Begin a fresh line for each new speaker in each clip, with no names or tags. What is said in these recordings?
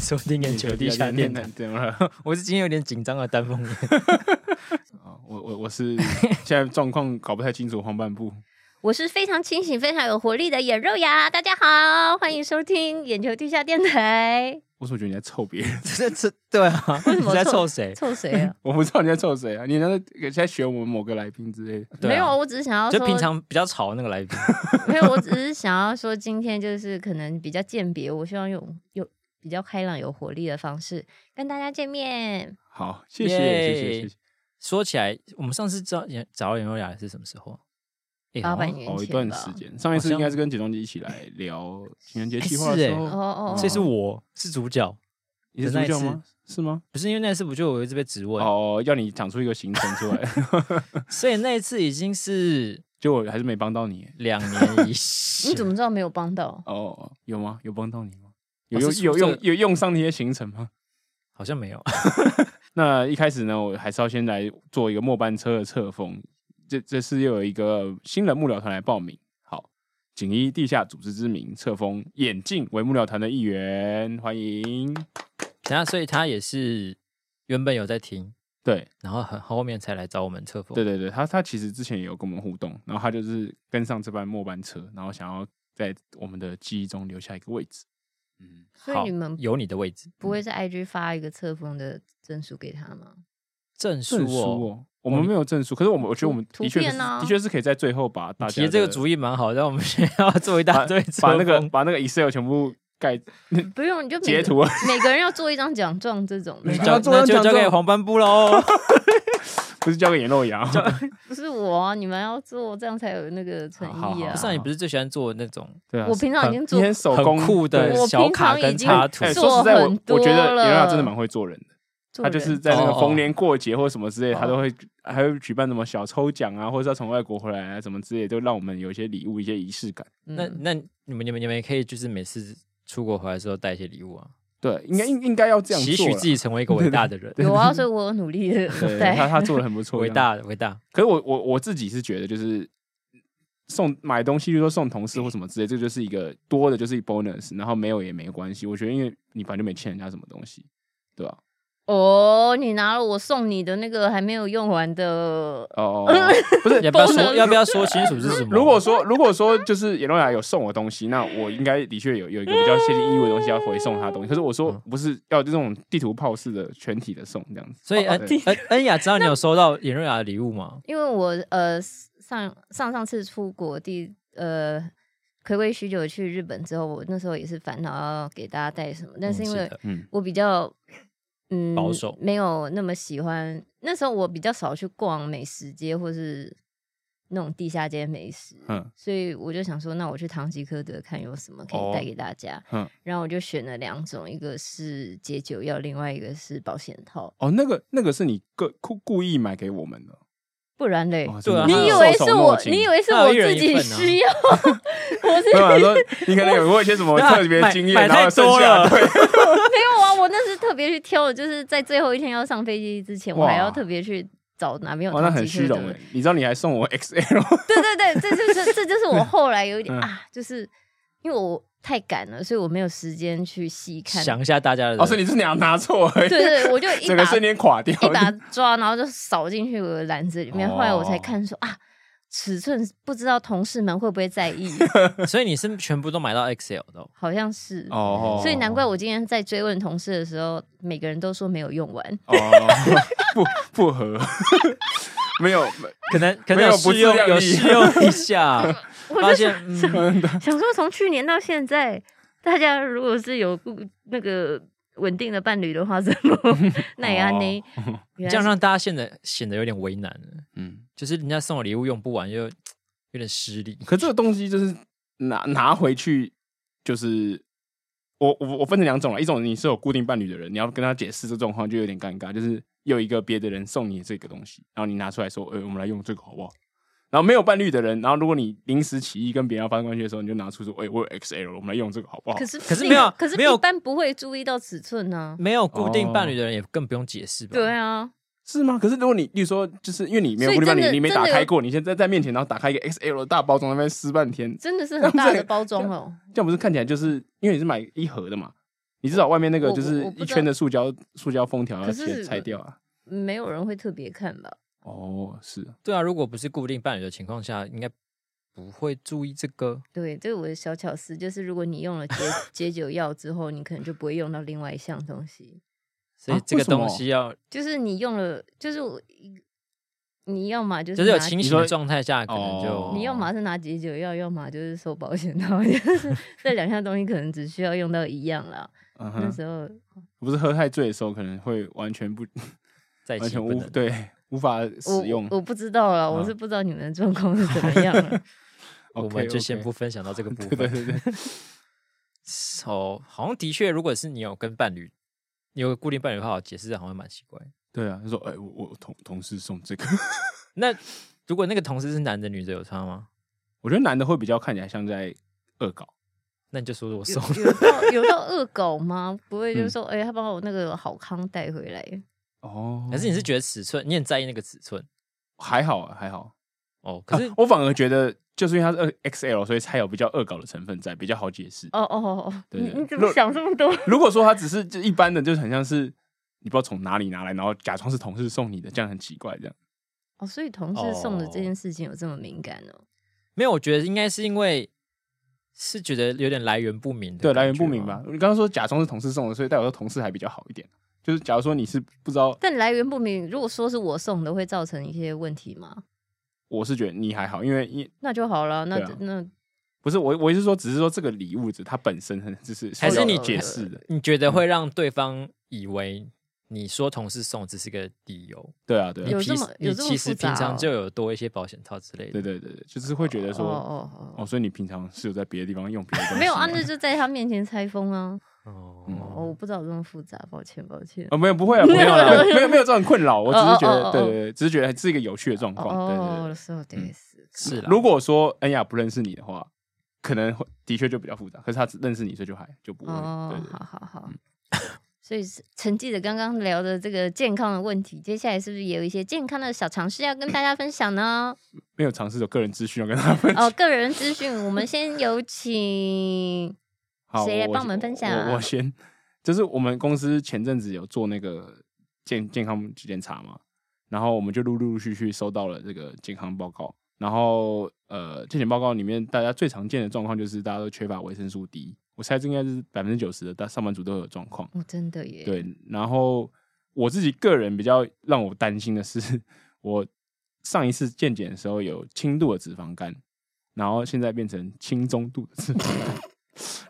收听眼球地下电台。
对吗？
我是今天有点紧张的丹 凤眼，
哦我我我是现在状况搞不太清楚，黄半部。
我是非常清醒、非常有活力的眼肉芽。大家好，欢迎收听眼球地下电台。
我怎么觉得你在臭别人？
这这对啊，
为什
你
么
在
凑
臭谁？
凑谁啊？
我不知道你在臭谁啊！你在在选我们某个来宾之类的。
对啊
没有，我只是想要
就平
说，
常比较吵的那个来宾，
没有，我只是想要说，今天就是可能比较鉴别，我希望用有比较开朗、有活力的方式跟大家见面。
好，谢谢谢谢
耶
谢谢。
说起来，我们上次找找到眼优雅是什么时候？哎
八
好
百
像
年
哦，一
前
段
吧
时间，上一次
好像
应该是跟简东杰一起来聊情人节
哎
计划的
是
时
哎
哦
候。
哦，哦
所以是我是主角，
你是主
那一
角
次
吗？是吗？
不是因为那次不就我一直被质问，
哦，要你讲出一个行程出来，
所以那一次已经是
就我还是没帮到你。
两年以
你怎
前。
么知道没有帮到？
哦，有吗？有帮到你吗？有
哦
用
是
有
说这
用
个
有用上那些行程吗？
好像没有，
那一开始呢，我还是要先来做一个末班车的册封。这这次又有一个新人幕僚团来报名，好，谨以地下组织之名册封眼镜为幕僚团的一员，欢迎。
等一下，所以他也是原本有在听，
对
然后很后面才来找我们测风。
对对对，他他其实之前也有跟我们互动，然后他就是跟上这班末班车，然后想要在我们的记忆中留下一个位置。嗯，
所以
好
你们
有你的位置
不会在 IG 发一个册封的证书给他吗？
证
证书
哦。
哦，我们没有证书，可是我们我觉得我们
图
的确是
图片啊
的确是可以在最后把大
你
家
提这个
的
主意啊蛮好，但我们现在要做一大
把
堆
把那
册
个
封
把那个 Excel 全部 盖
不用，你就每
截
个
图。嗯
每个人要做一张奖状这种的
那
你把
就
要做
那就
要
交
讲
给
做
黄斑部 喽。
不是交给颜肉羊，
不是我啊、你们要做，这样才有那个诚
好
意
好
啊。
好
上你不是最喜欢做那种
对啊，
我平常已经
今
做，
天手
很
工
酷的
对
我
小卡
平常
跟
已经
插图
哎，？
做
说实在我，
很
我觉得
多
颜肉羊
了
真的蛮会做人的，
做
他就是
人
在那个
哦哦
逢年过节或什么之类，他
哦
都会还会举办什么小抽奖啊，或者是要从外国回来啊什么之类，都让我们有一些礼物、一些仪式感。
那
嗯
那你们你们你们也可以就是每次出国回来的时候带一些礼物啊，
对，应该应应该要这样
期
做
许
啦
自。己成为一个伟大的 人，
有啊，所以我有努力的
对，
在
他他做的很不错，
伟。大伟大。
可是我我我自己是觉得，就是送买东西，比如说送同事或什么之类，这就是一个多的，就是一 bonus，然后没有也没关系。我觉得，因为你本来就没欠人家什么东西，对吧？
哦，你拿了我送你的那个还没有用完的，
哦， 不是
要不要
功
说
能
要不要说清楚是什么？
如果说如果说就是野诺亚有送我东西，那我应该的确有有一个比较接近义务的东西要回送他的东西。可是我
嗯
说不是要这种地图炮式的全体的送这样子。
所以恩
哦对
恩恩雅知道你有收到尹瑞雅的礼物吗？
因为我呃上上上次出国第呃。暌违许久去日本之后，我那时候也是烦恼要给大家带什么，但是
嗯
因为
的
嗯，
我比较嗯
保守
没有那么喜欢。那时候我比较少去逛美食街或是那种地下街美食，
嗯
所以我就想说，那我去唐吉诃德看有什么可
哦
以带给大家。
嗯
然后我就选了两种，一个是解酒药，另外一个是保险套，
哦，那个那个是你故故故意买给我们的。
不然嘞。
哦
对啊
真
你
的
以
受
为是
宠若
我？
惊
你以为是
那
我
一人
自
一
己
份啊
需要？ 我是
没有我啊说你可能有过一些什么特别 经验，
买买
然后
太多
剩下
了
对
没有啊，我那是特别去挑的，就是在最后一天要上飞机之前，我还
哇
要特别去找哪边有
哇，那
唐
很
吉
虚
诃德。
荣哎！你知道你还送我 XL，
对对对，这就是这就是 我后来有一点
嗯
啊，就是因为我太赶了，所以我没有时间去细看。
想一下大家的
哦，所以你是拿拿错而已，
对 对，我就一
整个
把
瞬间垮掉。
一 把抓，然后就扫进去我的篮子里面。
哦
后来我才看说啊，尺寸不知道同事们会不会在意，
所以你是全部都买到 XL 的哦、
好像是。
哦，
所以难怪我今天在追问同事的时候，每个人都说没有用完。
哦， 不不合， 没 有
可能可
没
能
有不
试用
自量
有
力
试用一下，
我
发
就
现
想
嗯，
想说，从去年到现在，大家如果是有固那个稳定的伴侣的话，怎么 那也安呢？
哦这
原来
样
是
让大家显得显得有点为难了，
嗯。
就是人家送我礼物用不完又有点失礼。
可这个东西就是拿拿回去，就是我我我分成两种了，一种你是有固定伴侣的人，你要跟他解释这状况就有点尴尬，就是有一个别的人送你这个东西，然后你拿出来说，呃、我们来用这个好不好？然后没有伴侣的人，然后如果你临时起意跟别人要发生关系的时候，你就拿出说，哎、我有 XL，我们来用这个好不好
可？是
可是
你
没有
可是
没有
一般不会注意到尺寸呢、
没有固定伴侣
哦
的人也更不用解释吧？
对啊，
是吗？可是如果你，例如说，就是因为你没有
所以
固定伴
真
侣，
的
你没
真的
打
有
开过，你现在在面前，然后打开一个 XL 的大包装，在那边撕半天，
真的是很大的包装哦。
这样不是看起来就是因为你是买一盒的嘛？你至少外面那个
我
就是
我我不
一
知
圈
道
的塑胶塑胶封条要
可是
切拆掉啊。
没有人会特别看吧？
哦，是啊
对啊，如果不是固定伴侣的情况下，应该不会注意这个。
对，这是我的小巧思，就是如果你用了 解解酒药之后，你可能就不会用到另外一项东西。
所以
啊
这
为
个
什么
东西要、
就是你用了，就是我你要嘛就
就是是有
拿
清
你
醒
说
的状态下，可能就、
哦
你要嘛是拿解酒药，要么就是收保险套， 就是这两项东西可能只需要用到一样啦。
嗯
那
哼，
时候
不是喝太醉的时候可能会完全不
在一
完
起
全
哎不
无
能。
对无法
我
使用嗯
我。我不知道啦，我是不知道你们的状况是怎么 样了。
我
OK，
们就
OK
先不分享到这个部分。
对对对对，
哦，好像的确，如果是你有跟伴侣，你有个固定伴侣的话，解释好像蛮奇怪。
对啊，他说哎，我我同同事送这个，
那如果那个同事是男的女的有差吗？
我觉得男的会比较看起来像在恶搞。
那你就说我
有
送，
有到有到恶搞吗？不会，就是
嗯
说，哎、他把我那个好康带回来。
哦，
还是你
嗯
是觉得尺寸，你很在意那个尺寸
还好啊还好，
哦？可是、
啊我反而觉得就是因为它是二 XL，所以才有比较恶搞的成分在，比较好解释。
哦哦哦哦，
对对
你你怎
如
么想这么多？
如果说它只是就一般的，就是很像是你不知道从哪里拿来，然后假装是同事送你的，这样很奇怪。这样
哦，所以同事送的这
哦
件事情有这么敏感哦？
没有，我觉得应该是因为是觉得有点来源不明的，
对来源不明吧？？
哦
你刚刚说假装是同事送的，所以代表说同事还比较好一点。就是假如说你是不知道，
但来源不明，如果说是我送的，会造成一些问题吗？
我是觉得你还好，因为因
那就好了，那、
对啊
那
不是我，我是说，只是说这个礼物子它本身很就是
还是你
受到解释的，
你觉得
嗯
会让对方以为你说同事送只是个理由？
对啊，对
你
啊，
有
平
这么
时
有
你
这么
其实
复杂
平常
哦
就有多一些保险套之类
对
的。
对对对，就是会觉得
哦
说，
哦
哦，
哦，
所以你平常是有在别的地方用别的东西，
没有啊，那就在他面前拆封啊。
嗯
哦，
哦，我不知道有这么复杂，抱歉抱歉。
啊，没有不会啊，不会 啊，没有没有没有这种困扰，我只是觉
哦
得，
哦哦哦
对对对，只是觉得是一个有趣的状
哦
况，对对嗯
哦
对。
，so this，
是啦。
如果说恩雅不认识你的话，可能会的确就比较复杂，可是他只认识你，所以就还就不会，
哦
对对，嗯对
好好好。所以是承继着刚刚聊的这个健康的问题，接下来是不是也有一些健康的小常识要跟大家分享呢？
没有尝试有个人资讯要跟他分享。
哦，个人资讯，我们先有请
好，
谁来
我
帮我们分享啊
我我先，就是我们公司前阵子有做那个健健康检查嘛，然后我们就陆陆续续收到了这个健康报告。然后，呃，健检报告里面大家最常见的状况就是大家都缺乏维生素 D，我猜这应该是百分之九十的大上班族都有状况。
哦，真的耶，
对，然后我自己个人比较让我担心的是， 我上一次健检的时候有轻度的脂肪肝，然后现在变成轻中度的脂肪 肝，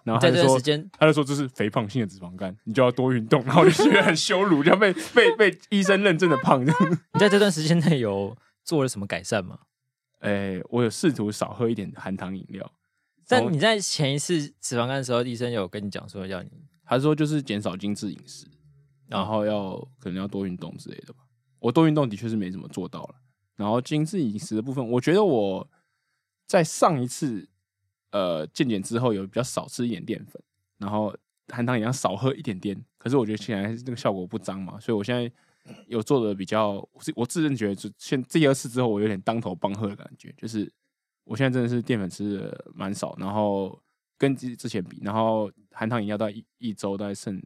然后
在
他就
这段
说
时。间，
他就说这是肥胖性的脂肪肝，你就要多运动，然后我就觉得很羞辱，就要被被被医生认证的胖这样。
你在这段时间内有做了什么改善吗？
哎、我有试图少喝一点含糖饮料，哦
但你在前一次脂肪肝的时候，医生有跟你讲说要你
他说就是减少精致饮食，然后要可能要多运动之类的吧。我多运动的确是没怎么做到了。然后精致饮食的部分，我觉得我在上一次呃健检之后有比较少吃一点淀粉，然后含糖饮料少喝一点点。可是我觉得显然那个效果不彰嘛，所以我现在有做的比较，我自我自认觉得就现第二次之后，我有点当头棒喝的感觉，就是我现在真的是淀粉吃的蛮少，然后跟之之前比，然后含糖饮料到一一周大概剩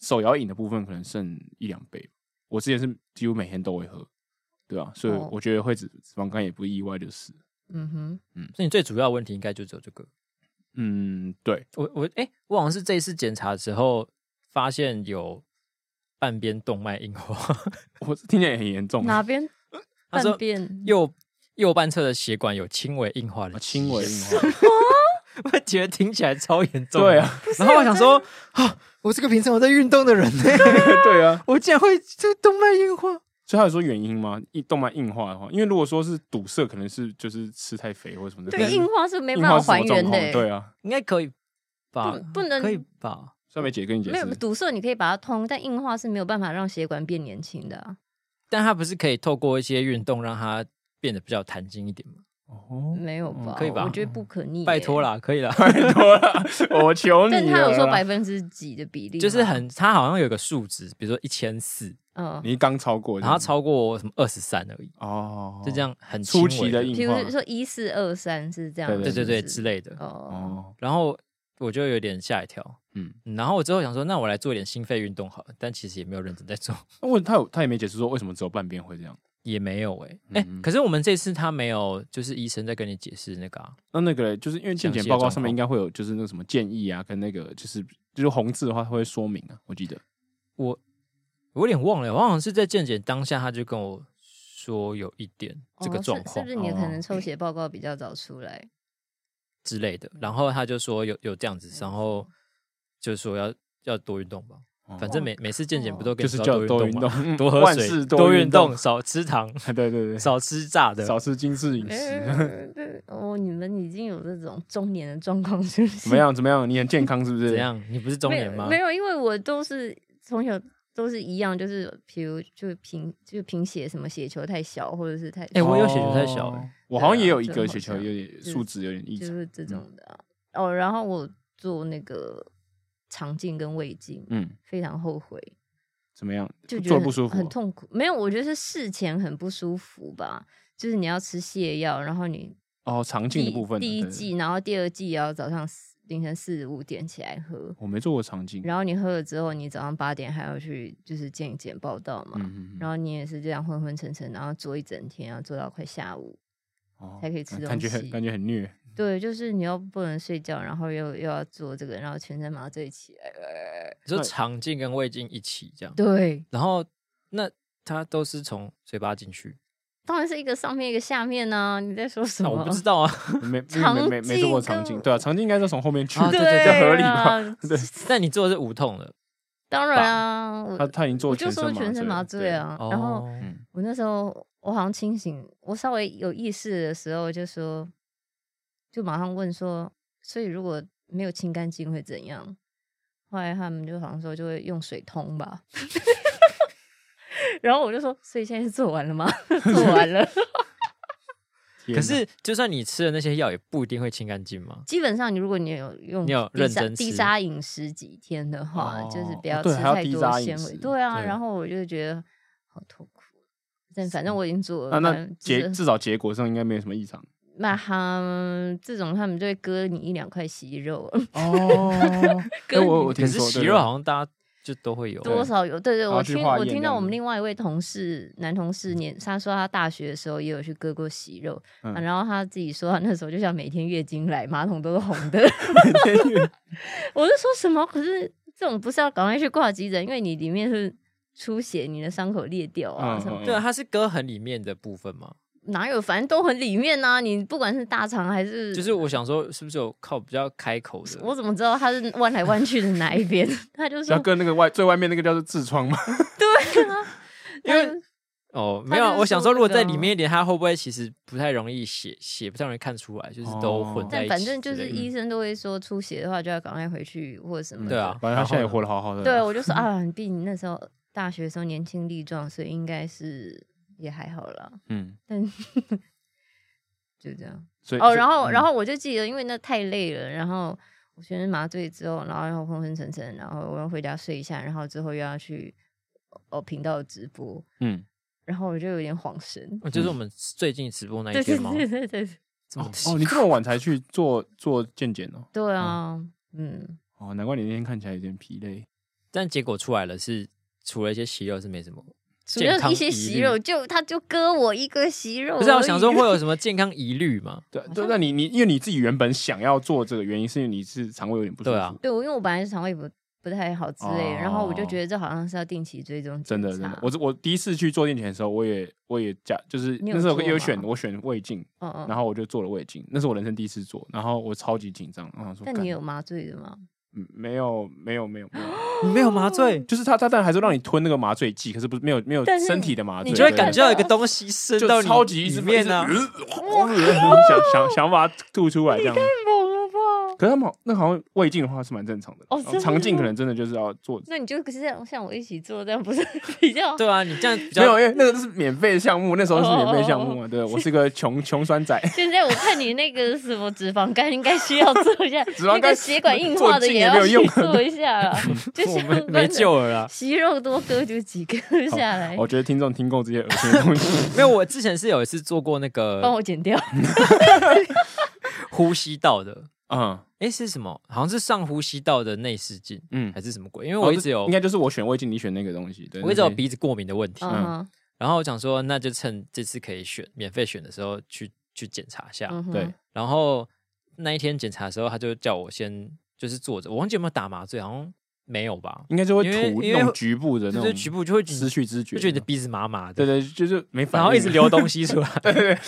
手摇饮的部分可能剩一两倍。我之前是几乎每天都会喝，对啊，所以
哦
我觉得会脂脂肪肝也不意外，就是
嗯哼，
所以你最主要的问题应该就只有这个。
嗯，对，
我我哎、我好像是这一次检查之后发现有半边动脉硬化，
我听起来也很严重，
哪边
他说
半边
右右半侧的血管有哦轻微硬化的
啊
迹象
轻微，硬化，
我觉得听起来超严重。
对，啊，
然后我想说啊，我是个平常有在运动的人呢、
对啊，
我竟然会这动脉硬化。
所以他有说原因吗？一动脉硬化的话，因为如果说是堵塞，可能是就是吃太肥或什么的。
对硬化是没
硬
办
化
法
是什
还
么状
原
况
的欸耶，
对啊，
应该可以吧？
不不能
可以吧？
酸梅姐跟你解
没有
释，
堵塞你可以把它通，但硬化是没有办法让血管变年轻的啊、
但它不是可以透过一些运动让它变得比较有弹性一点吗？
哦，
没有
嗯
吧？
可以吧
我觉得不可逆、欸
拜托。啦，可以啦。
太多了，我求你了啦。
但他有说百分之几的比例吗，
就是很，它好像有个数值，比如说一千四，
嗯，
你刚超过这
然
样，
后啊超过什么二十三而已，
哦，
就这样很轻
初
微
期的
比
硬
如
化，
说一四二三是这样，
对
对对对
是不是
之类的。
哦，
哦，
然后我就有点吓一跳，
嗯，
然后我之后想说，那我来做一点心肺运动好了，但其实也没有认真在做，
那我他有他也没解释说为什么只有半边会这样。
也没有哎、欸、哎、
嗯
可是我们这次他没有，就是医生在跟你解释那个、啊，
那那个嘞就是因为健
详
检
细的
报告
状
上面应该会有就是那个什么建议啊，跟那个就是就是红字的话，它会说明啊，我记得。
我我有点忘了，我好像是在健检当下他就跟我说有一点这个
哦
状
是，是
况
不是你可能
哦
抽血报告比较早 出来？
之类的，然后他就说有有这样子，然后就说要要多运动吧，反正
哦
每每次健检不都跟
哦
你
就是
说
叫
要多
多
运
运
动
动
吗，，
嗯
多喝
万
水，
事
多运
运
动，。少吃 糖，
啊对对对，
少吃炸的，
少吃精致饮食。
哎对哦，你们已经有这种中年的状况出现，
啊
怎么样？怎么样？你很健康是不是？
怎？样？你不是中
没
年
有
吗
没？有，因为我都是从小都是一样，就是比如就贫就贫血，什么血球太小，或者是太
哎我有血球太
哦
小了
我好像也有一
对
个
啊
血球有点
就是
数值有点异
就
常。嗯
是这种的啊、哦，然后我做那个肠镜跟胃镜，
嗯，
非常后悔，
怎么样？
就觉
做
得
得不舒服，啊
很。痛苦。没有，我觉得是事前很不舒服吧，就是你要吃泻药，然后你
哦，肠镜
第
的部分，
第一
对对对
剂，然后第二剂也要早上四凌晨四五点起来喝，
我没做过肠镜。
然后你喝了之后，你早上八点还要去就是健检报道嘛。
嗯嗯嗯
然后你也是这样昏昏沉沉，然后做一整天，然后做到快下午。
哦
才可以吃
感觉
东
很
西
感觉很 虐。
对，就是你又不能睡觉，然后又又要做这个，然后全身麻醉起来。呃
你说肠镜跟胃镜一起这样，
对，
然后那它都是从嘴巴进去，
当然是一个上面一个下面呢、你在说什
那
么？
我不知道啊。
没
肠
没没没做过
镜
肠
跟
镜，对啊，肠镜应该是从后面去
啊
的，
对
这样合理吗？
啊
对，
但你做的是无痛 的，
当然啊，我
他他已经做
我就说
麻
全身麻醉
了，
啊。然后
哦
嗯
我那时候我好像清醒，我稍微有意识的时候就说，就马上问说，所以如果没有清干净会怎样？后来他们就好像说就会用水通吧。 然后我就说，所以现在是做完了吗？ 做完了，
对
可是就算你吃的那些药，也不一定会清干净嘛。
基本上你如果你 有用
你有
低
认
渣
真
低
吃
渣饮食几天的话，就是
哦
不要
对
吃
还要
太
低
多
渣饮
纤维
食。
对啊，
对
然后我就觉得好痛苦。但反正我已经做
啊那
了，
那结
那
至少结果上应该没有什么异常
那他这种他们就会割你一两块息肉，
哦。哎，
跟
我我
可
听
是
说
息
对
肉
对
好像大家就都会有，
多少有对对，
然后
我
去
听
化
我
验
听
这
到
样
我
子
们另外一位同事男同事年他说他大学的时候也有去割过息肉，啊
嗯
然后他自己说他那时候就像每天月经来，马桶都是红的。 我是说什么？可是这种不是要赶快去挂急诊，因为你里面是出血，你的伤口裂掉啊
嗯
什么
嗯
对啊，它是割痕里面的部分嘛。
哪有？反正都很里面呐、你不管是大肠还是
就是我想说，是不是有靠比较开口的？
我怎么知道他是弯来弯去的哪一边？ 他就说
要跟那个外最外面那个叫做痔疮嘛，
对啊，
因为哦，没有啊，
他就是
我想说，
说
如果
那个
在里面一点，它会不会其实不太容易写写不太容易看出来，就是都
哦
混在
但
一起之类的。
反正就是医生都会说出血的话就要赶快回去或者什么
嗯
的。
对啊，
反正他现在也活
了。
得好好的。
对，我就 说啊，你毕竟那时候大学的时候年轻力壮，所以应该是也还好啦，
嗯，
就这样。
所以嗯
哦，然
嗯
后然
后
后我就记得，因为那太累了，然后我全身麻醉之后，然后又昏昏沉沉，然后我要回家睡一下，然后之后又要去哦频道直播，
嗯，
然后我就有点恍神。
哦就是我们最近直播那一
对对
天吗？
对对对对，
这么
哦哦， 你这么晚才去做做健检哦，
对啊，嗯，
哦，难怪你那天看起来有点疲累。
但结果出来了是除了一些息肉是没什么，
除
健
了
康
一些
疑
息
虑
肉，就他就割我一个息肉而已。
不是啊我想说会有什么健康疑虑嘛？
对对，那你你因为你自己原本想要做这个原因，是因为你是肠胃有点不舒
对啊
服。
对，我因为我本来是肠胃不不太好之类的，然后我就
哦
觉得这好像是要定期追踪
真的
检
真的
查，
我我第一次去做健检的时候，我也我也加，就是
你有
那时候
做
有
吗
选我选胃镜，
嗯嗯，
然后我就做了胃镜，那是我人生第一次做，然后我超级紧张，然后说，
但
干
你有麻醉的吗？
嗯没有没有没有没 有，
你 没有麻醉，
就是他他当然还是让你吞那个麻醉剂，可是不是没有没有
但是
身体的麻醉，
你就会
对
感觉到有一个东西伸
就
到你
超级一直
里面啊呢、
一直 呃想想想把它吐出来这样。
猛了吧！
可是他们好那好像胃镜的话是蛮正常的，
哦
然后
真的
肠镜
吗
可能真的就是要做。
那你就可是像像我一起做，这样不是比较？
对啊，你这样比较
没有，因为那个是免费项目，那时候是免费项目嘛。对，我是 个穷穷酸仔，
现在我看你那个什么脂肪肝应该需要做一下，
脂肪
那
肝
个血管硬
做
化的
镜
也
也
要
没有
去
用
做一下啦， 就
我
像
们没救了啦。
息肉多割就几 割下来，
我觉得听众听够这些恶心的 东西，
没有，我
哦
之前是有一次做过那
帮
个
我剪掉。
呼吸道的，
嗯
哎、是什么？好像是上呼吸道的内视镜
嗯，
还是什么鬼？因为我一直有
应，该就是我选胃镜，你选那个东西。对，
我一直有
那些
鼻子过敏的问题，
嗯哼，
然后我想说，那就趁这次可以选免费选的时候去去检查一下。
嗯哼
对，
然后那一天检查的时候，他就叫我先就是坐着，我忘记有没有打麻醉，好像没有吧？
应该就会
因为
吐
因为
那种局部的那
就是
种
局部就会
失去知觉，
就觉得鼻子麻麻的，
对对，就是没反
然
应，
后一直流东西出来，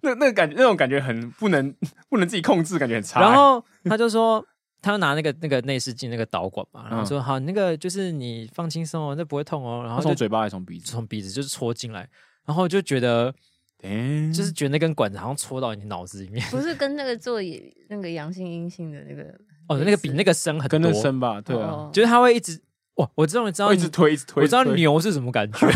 那那个感觉，那种感觉很不能不能自己控制，感觉很差。
然后他就说，他要拿那个那个内视镜那个导管嘛，然后说好，那个就是你放轻松哦，那不会痛哦，然
嗯他
后
从
就
嘴巴还是从鼻子？
从鼻子就是戳进来，然后就觉得
哎，
就是觉得那根管子好像戳到你脑子里面，
不是跟那个做也那个阳性阴性的那个
哦，那个比那个深很
跟那
多，
声吧，对啊，
哦
就是他会一直哇，我终于知道
会一直
你
推，一直推，
我知道
一直推，
牛是什么感觉，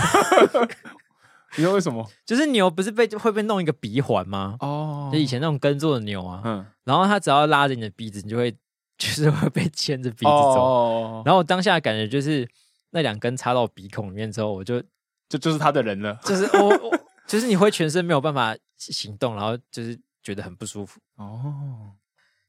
你知道为什么？
就是牛不是被会被弄一个鼻环吗？
哦
就以前那种耕作的牛啊，
嗯，
然后它只要拉着你的鼻子，你就会 就是会被牵着鼻子走。
哦，
然后我当下的感觉就是那两根插到鼻孔里面之后，我就
这就是他的人了。
就是我我 就是你会全身没有办法行动，然后就是觉得很不舒服。
哦，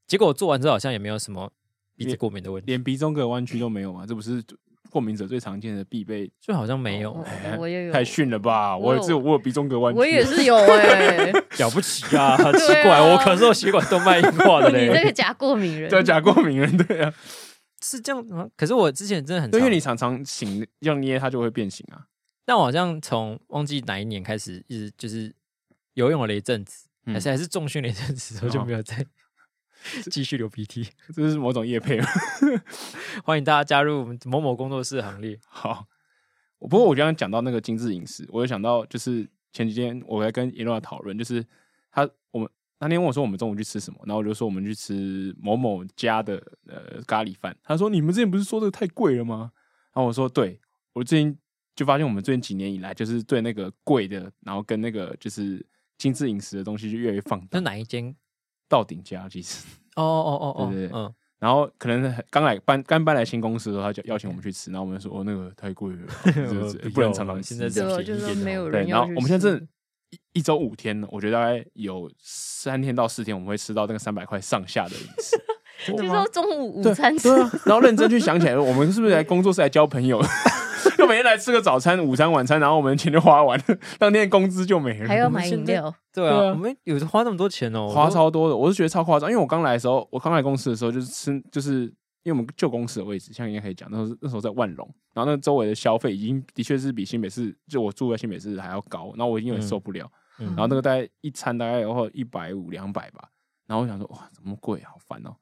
结果我做完之后好像也没有什么鼻子过敏的问题，
连鼻中隔弯曲都没有嘛？这不是过敏者最常见的必备？
就好像没有
哦
我，哦我也有
太逊了吧！
我
我
有
只有我有鼻中隔弯曲，啊
我也是 有哎、
了不起啊！奇
对
怪，
啊
我可是有血管动脉硬化 的
你这个
嘞，
假过敏人，
对啊假过敏人，对啊，
是这样吗？可是我之前真的很
对，因为你
常，
常常醒要捏它就会变形啊。
但我好像从忘记哪一年开始，一直就是游泳了一阵子，
嗯哦
还是还是重训了一阵子，我就没有再继续流鼻涕。
这是某种叶配吗？
欢迎大家加入我们某某工作室的行列。
好，不过我刚刚讲到那个精致饮食，我就想到就是前几天我在跟伊诺讨论，就是他我们那天问我说我们中午去吃什么，然后我就说我们去吃某某家的呃咖喱饭，他说你们之前不是说这个太贵了吗？然后我说对，我最近就发现我们最近几年以来就是对那个贵的，然后跟那个就是精致饮食的东西就越来越放
那
大
哪一间？
到顶家其实。
哦哦哦哦，
对对对
嗯，
然后可能刚来搬刚搬来新公司的时候，他就邀请我们去吃，然后我们就说哦那个太贵了， 就是
嗯不要
不能常常
现在
吃。
这
对
样
啊，就是说没有
对，
人
然
要
后
去吃。
我们现在真的一一周五天，我觉得大概有三天到四天，我们会吃到那个三百块上下的饮食。
就说中午
对
午餐吃
对啊，然后认真去想起来，我们是不是来工作是来交朋友？ 就每天来吃个早餐、午餐、晚餐，然后我们钱就花完了，当天工资就没了。
还要
我们
买
现
饮
在
料，
对
对
啊，
啊
我们有时候花那么多钱哦，
花
我都
超多的，我是觉得超夸张。因为我刚来的时候，我刚来公司的时候就是吃，就是因为我们旧公司的位置，像应该可以讲，那时候那时候在万隆，然后那周围的消费已经的确是比新北市，就我住在新北市还要高，然后我已经有点受不了。
嗯
然后那个大概一餐大概然后一百五两百吧，然后我想说哇怎么那么贵啊，好烦哦、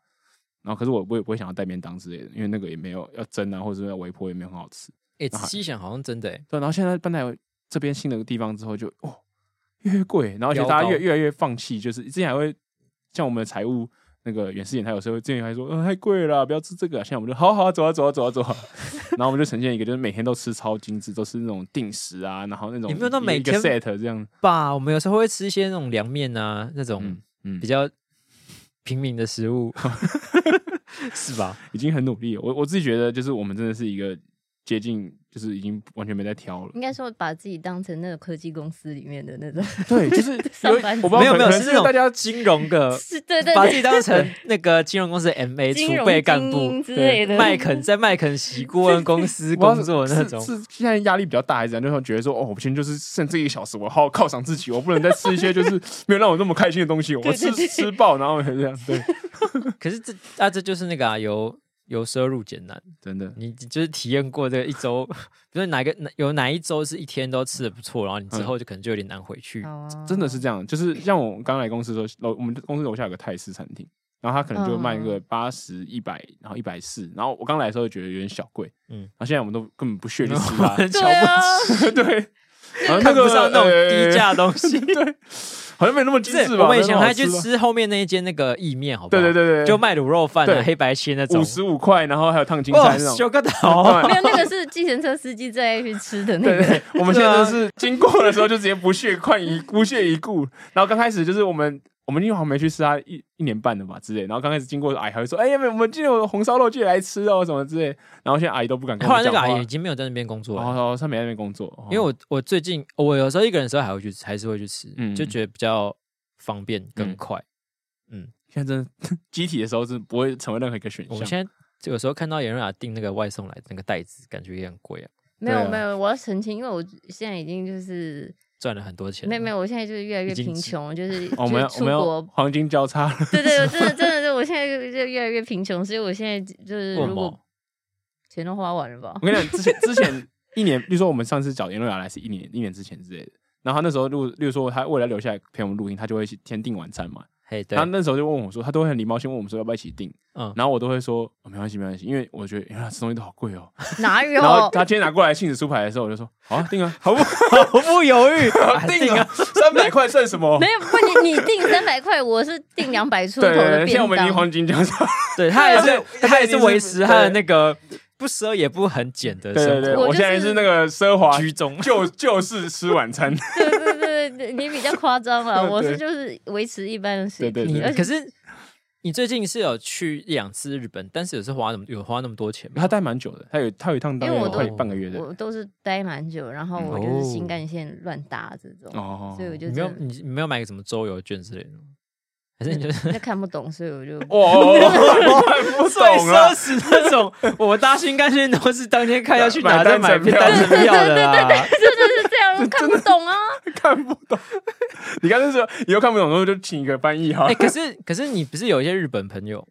然后可是我我也不会想要带便当之类的，因为那个也没有要蒸啊，或者是要微波也没有很好吃。
诶，仔细想好像真的诶，
对，然后现在搬来这边新的地方之后就，哦越来越贵，然后而且
飙
大家
高
越越来越放弃，就是之前还会像我们的财务那个袁世妍，他有时候之前还说，嗯、太贵了，不要吃这个、啊。现在我们就好好、啊、走啊走啊走啊走啊， 然后我们就呈现一个就是每天都吃超精致，都是那种定时啊，然后那种
也没有到
一
每
一个
天
set 这样，
爸，我们有时候会吃一些那种凉面啊，那种
嗯嗯
比，较平民的食 物，是吧？
已经很努力了。我我自己觉得就是我们真的是一个接近，就是已经完全没在挑了
应。该说把自己当成那个科技公司里面的那种，
对，就是
上
有一
班族
我不知道
没有
可
没有，
可能
是
是
那
因为
种
大家
金融
呃
的，
是 对对
把
对，
自己当成那个金融公司的 MA
金融
储备干
精
部
英，之类的，
麦肯在麦肯锡顾问公司
我不
工
知
作
道
的那
是
种，
是是现在压力比较大，还是怎样？就是觉得说，哦，我今天就是剩这一个小时，我好好犒赏自己，我不能再吃一些就是 没有让我那么开心的东西，我吃吃爆，然后这样， 对，
可是这啊这就是那个啊由由奢入俭难。
真的，
你就是体验过这个一周， 比如说哪个哪有哪一周是一天都吃的不错，然后你之后就可能就有点难回去。
哦
真的是这样。就是像我刚来公司的时候，楼我们公司楼下有个泰式餐厅，然后他可能就
嗯
卖个八十、一百，然后一百四，然后我刚来的时候就觉得有点小贵，
嗯
嗯，然后现在我们都根本不屑去吃
我
它，
很瞧
对
不
啊，
对，然后
看不上那种
呃
低价的东
哎
西。
对，好像没那么精
不是
致吧？
我们以前还
还
去吃后面那一间那个意面，好不好？
对对对对
就卖卤肉饭啊、
对
黑白切那种
五。十五块，然后还有烫青
哇
菜那，种。
修个哦头！
没有那个是计程车司机最爱去吃的那
对
个，
对，我们现在就是经过的时候就直接不屑快一不屑一顾，然后刚开始就是我们我们因为好像没去吃它一一年半了吧之类，然后刚开始经过的阿姨还会说，哎、呀，我们今天有红烧肉记得来吃哦什么之类，然后现在阿姨都不敢跟
后
我
来
们
那
讲
个
话。
阿姨已经没有在那边工作
然
了，
后她没在那边工作，哦
因为我我最近我有时候一个人的时候还会去，还是会去吃，
嗯
就觉得比较方便更
嗯
快。嗯，
现在真的机体的时候是不会成为任何一个选
我
项
们。现在有时候看到妍瑞雅订那个外送来的那个袋子，感觉也很贵啊，
没
对
有
啊
没有，我要澄清，因为我现在已经就是
赚了很多钱。啊
没有没有，我现在就是越来越
已经
贫
是
穷，就是
哦我们要
就是
我
出
们
国
要 黄金交叉了，
对对，我真的真的是，我现在就就越来越贫穷，所以我现在就是
为什
如果
么
钱都花完了吧
我，跟你讲，之前之前一年，例如说我们上次找颜若雅来是一年一年之前之类的，然后他那时候录，例如说他未来留下来陪我们录音，他就会先订晚餐嘛。
嘿，对
他，那时候就问我说，他都会很礼貌先问我们说要不要一起订，
嗯，
然后我都会说、哦、没关系没关系，因为我觉得原来吃东西都好贵 哦。
哪有
然？后他今天拿过来杏子猪排的时候，我就 说好啊订啊，毫 不毫不犹 豫订啊，三百块算什么
没？有，不，你你定三百块，我是定两百出头
对
的
对，现在我们
便
已经
当。
黄金交叉，
对他也
对
是，他也是
他已经是
维持他的那个不奢也不很俭的
对对
生
对，
活
我
我
就是
现在是那个奢华
居 中。
就就是吃晚餐，
对对对对，你比较夸张了，
对
我是就是维持一般的水
对
平。
对
你
而且
可是你最近是有去一两次日本，但是也是花那么有花那么多钱吗？
他待蛮久的，他有他有一趟当
因为
有
我都
快半个月的
我都是待蛮久，然后我就是新干线乱搭这种，
哦
所以我就
你没有
真的
你你没有买个什么周游券之类的吗？还是你就是
那看不懂，所以我就
哇 哦，我看不
最
懂啊了
奢。侈那种， 我搭新干线都是当天看要去哪
买
再
单
买
程票
单程票的啦。
真的是这 样，我看不懂啊。
看不懂。 你刚才说以后看不懂的时候就请一个翻译 哈
哎，。可是可是你不是有一些日本朋友？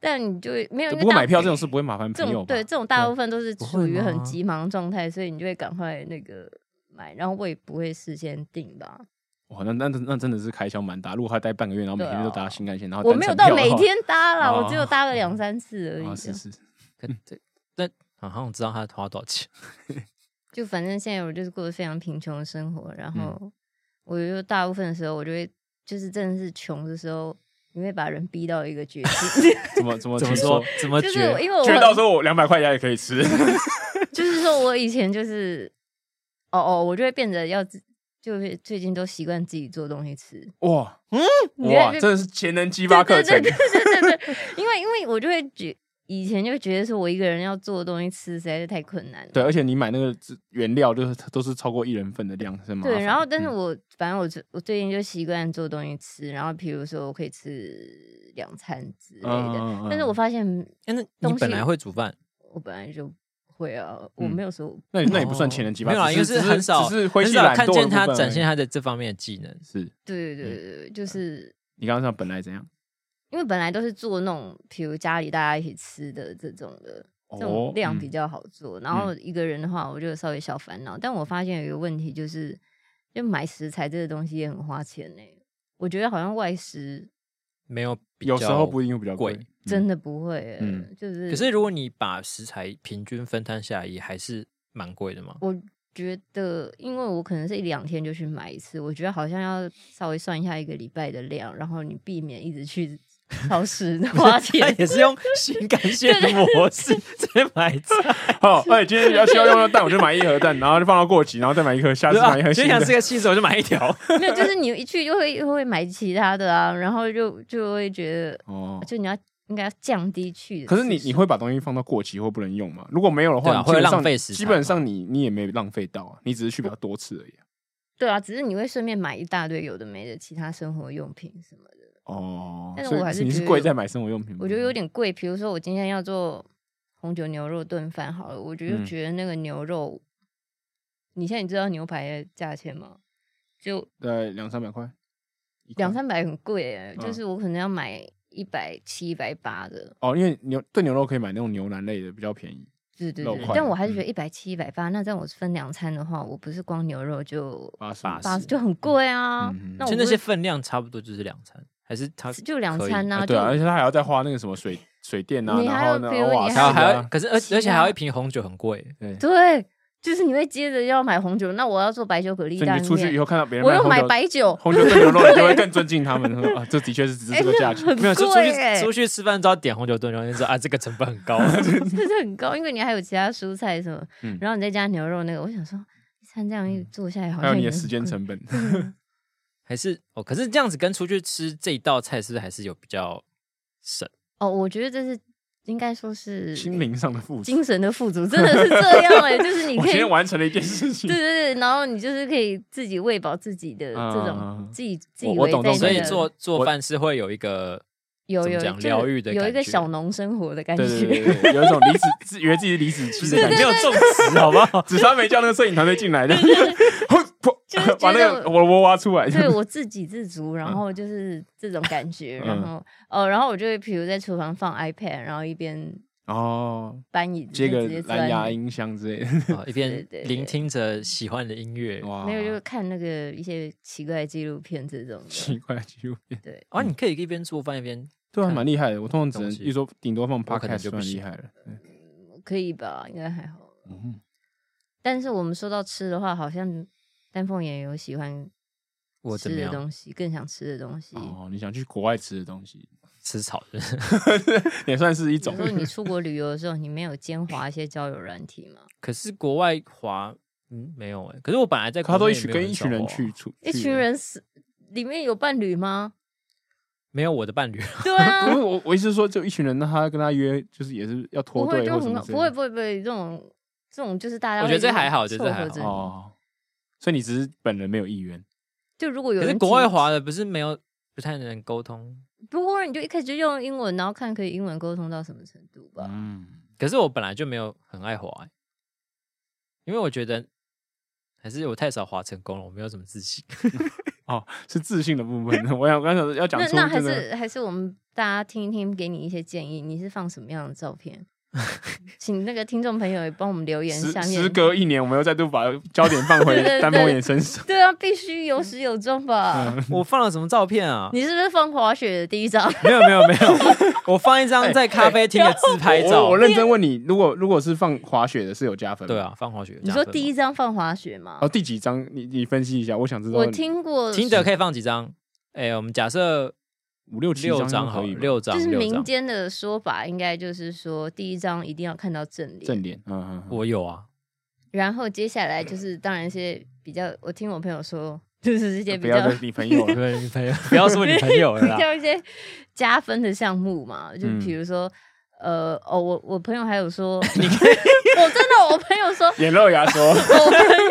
但你就没有，因为
不过
大
买票这种事不会麻烦
这
朋友
种
吧
对？这种大部分都是
不
处
会
于很
吗
急忙的状态，所以你就会赶快那个买，然后我也不会事先订吧。
哇，那那那真的是开销蛮大。如果他待半个月，然后每天都搭新干线，然后
啊我没有到每天搭啦，
哦
我只有搭了两三次而已
啊，
这
是
样。
是，
可对，但好像我知道他花多少钱。
就反正现在我就是过得非常贫穷的生活，然
嗯
后我就大部分的时候，我就会就是真的是穷的时候，你会把人逼到一个绝境，
怎么怎么
怎么
请
说？？怎么
就是
觉？
我因为 我
觉得到时候我两百块钱也可以吃，
就是说我以前就是哦哦，我就会变得要自就是最近都习惯自己做东西吃，
哇，
嗯你
哇，
看
真的是前人激发课程
对，对对对对，因为因为我就会觉以前就觉得说我一个人要做的东西吃实在是太困难 了。
对，而且你买那个原料就是都是超过一人份的量，是吗？嗯
对，然后但是我、反正我最我最近就习惯做东西吃，然后比如说我可以吃两餐之
嗯
类的，但是我发现
哎那你
东西
本来会煮饭，
我本来就会啊，
嗯
我没有说、
那那也不算前人激发，
哦没有啦，
只
因为
是
很少
只是挥
很
气
少
懒
看
惰
见
的
他
部分
展
而已
现他的这方面的技能。
是
对对对对，
嗯
就是。
你刚刚说本来怎样？
因为本来都是做那种，比如家里大家一起吃的这种的，这
哦
种量比
嗯
较好做。然后一个人的话，我就稍微小烦恼。但我发现有一个问题就是，就买食材这个东西也很花钱呢、我觉得好像外食
没有，
有时候不一定会比较贵
贵，
真的不会、欸，
嗯
就是
可是如果你把食材平均分摊下来，也还是蛮贵的嘛。
我觉得，因为我可能是一两天就去买一次，我觉得好像要稍微算一下一个礼拜的量，然后你避免一 直去超市花
他
哎
钱。
也是用新干线的模式 直接买菜，
好，哎，今天要需要用到蛋，我就买一盒蛋，然后就放到过期，然后再买一盒，下次
对吧
买一盒
今
新
天想
的
吃。个新手就买一 条，
没有，就是你一去就会又会买其他的啊，然后就就会觉得，
哦，
啊就你要应该要降低去的次数。
可是你你会把东西放到过期或不能用吗？如果没有的
对
话，
啊
你基本上
会浪费食材
基本上你你也没浪费到啊，你只是去比较多次而已啊。
对啊，只是你会顺便买一大堆有的没的其他生活用品什么的，
哦，
但是
所以
我还是
你
觉
是
得
贵
有
在买生活用品吗，
我觉得有点贵。比如说我今天要做红酒牛肉炖饭好了，我就
嗯
觉得那个牛肉，你现在你知道牛排的价钱吗？就
呃两三百块，一块
两三百很贵耶、
嗯
就是我可能要买一百七、一百八的，
哦，因为牛炖牛肉可以买那种牛腩类的比较便宜。
对对
肉
对
块。
但我还是觉得
嗯
一百七、一百八，那这样我分两餐的话，我不是光牛肉就
80
八就很贵啊。
嗯嗯
那
就
我
那
不
些
是
分量差不多就是两餐，还是他
就两
可以
餐呐、
啊
就
对啊，而且他还要再花那个什么水水电啊，
你还
然
要
后呢
比如你
瓦斯
还有
啊，
还要，可是而
其他啊
而且还有一瓶红酒很贵，
对，啊
对，就是你会接着要买红酒，那我要做白酒蛤蜊
所以
蛋
你出去以
面，
后看到别人
我又
红
买
酒
白酒，
红酒炖牛肉，你就会更尊敬他们。说啊，这的确是只是这个价钱。
哎很
没有就出
贵耶
去出去吃饭都要点红酒炖牛肉，就说啊这个成本很高，
这是很高，因为你还有其他蔬菜什么，
嗯
然后你再加牛肉那个，我想说一餐这样一做下来好
还有
像
你
也啊
的
很
时间
贵
成本，
还是哦可是这样子跟出去吃这一道菜是不是还是有比较省？
哦，我觉得这是应该说是
心灵上的富足。
精神的富足，真的 是这样哎、就是你
我
可
今
以
天完成了一件事情
对，对对，然后你就是可以自己喂饱自己的这种、
嗯
自己自
我
己
我
为
懂
在
懂
所
那
以
个
做做
我
饭是会有一个
有
怎么
有
讲
就是
疗愈的
有一
感
个
觉
小农生活的感觉，
对对对对，有一种离子自以为自己离子
不
柒
是
的感
没
觉，
有种植，好不 好？
只差没叫那个摄影团队进来的，
就是觉得
把那个我我挖出来。
对我自给自足，然后就是这种感觉，
嗯
然后哦，然后我就会比如在厨房放 iPad，然后一边
哦，
搬椅子，
接个
直接坐在
蓝牙
那
音箱之类的，
啊一
对
边
对
聆
对
听着喜欢的音乐。
哇，
没有
啊
就是看那个一些奇怪的纪录片这种的，
奇怪的 纪录片，
对，
哦，你可以一边做饭一边
对啊，
看
蛮厉害的。我通常只能
东西
一说顶多放
我可能
podcast
就
就
不
很
行
厉害了。
可以吧？应该还好。
嗯
但是我们说到吃的话，好像丹凤也有喜欢
我怎么
吃的
样
东西，更想吃的东西。
哦，你想去国外吃的东西，
吃草的，
也算是一
比
种
如。说你出国旅游的时候，你没有兼滑一些交友软体吗？
可是国外滑，嗯，没有哎、可是我本来在
他
国
都
内
一
也
群
没有
跟
很哦
一
少
群人
滑
去，出，
一
去
群。
啊
人是里面有伴侣吗？
没有我的伴侣，
对啊
不，是我，我意思是说，就一群人，那他跟他约，就是也是要
不
脱
会
队
就
或什
很
么
好，
之
不
类
会
的。
不会不会这种这种就是大家
我
会
觉得这
一直
还好我觉得这
凑
还
合
好
着你
哦，所以你只是本人没有意愿。
就如果有
可是
人
国外
提
滑的不是没有不太能沟通。
不过你就一开始就用英文，然后看可以英文沟通到什么程度吧。
嗯，
可是我本来就没有很爱滑欸、因为我觉得还是我太少滑成功了，我没有什么自 信。
哦，是自信的部分。我 想，我刚想要讲
那
出
那还
真的
是还是我们大家听一听，给你一些建议。你是放什么样的照片？请那个听众朋友也帮我们留言
时
下面。
时隔一年，我们又再度把焦点 放回
对对
丹凤眼身 上。
对啊，必须有始有终吧。
嗯
我放了什么照片啊？
你是不是放滑雪的第一 张？
没有没有没有，我放一张在咖啡厅的自拍
哎我
照
我。认真问你，如果如果是放滑雪的，是有加分吗
对，啊，放滑雪有
你
加分吗。
说第一张放滑雪吗
然后？第几张？你你分析一下，我想知道。
我听过，
听着可以放几张？哎、我们假设
五六七
六
张
张
就
好
可
了，
以吧，
六张
就是
六
民
张。
间的说法，应该就是说第一张一定要看到正脸，
正脸。嗯嗯，嗯
我有啊，
然后接下来就是当然一些比较，我听我朋友说，就是这
就
些比
不要
较
再 是你朋友了。
对，女朋友，不要说女朋友了 啦。
叫一些加分的项目嘛，就
啊嗯
比如说，呃，哦，我我朋友还 有说， 我真的我朋友说，
眼露牙 说
我 朋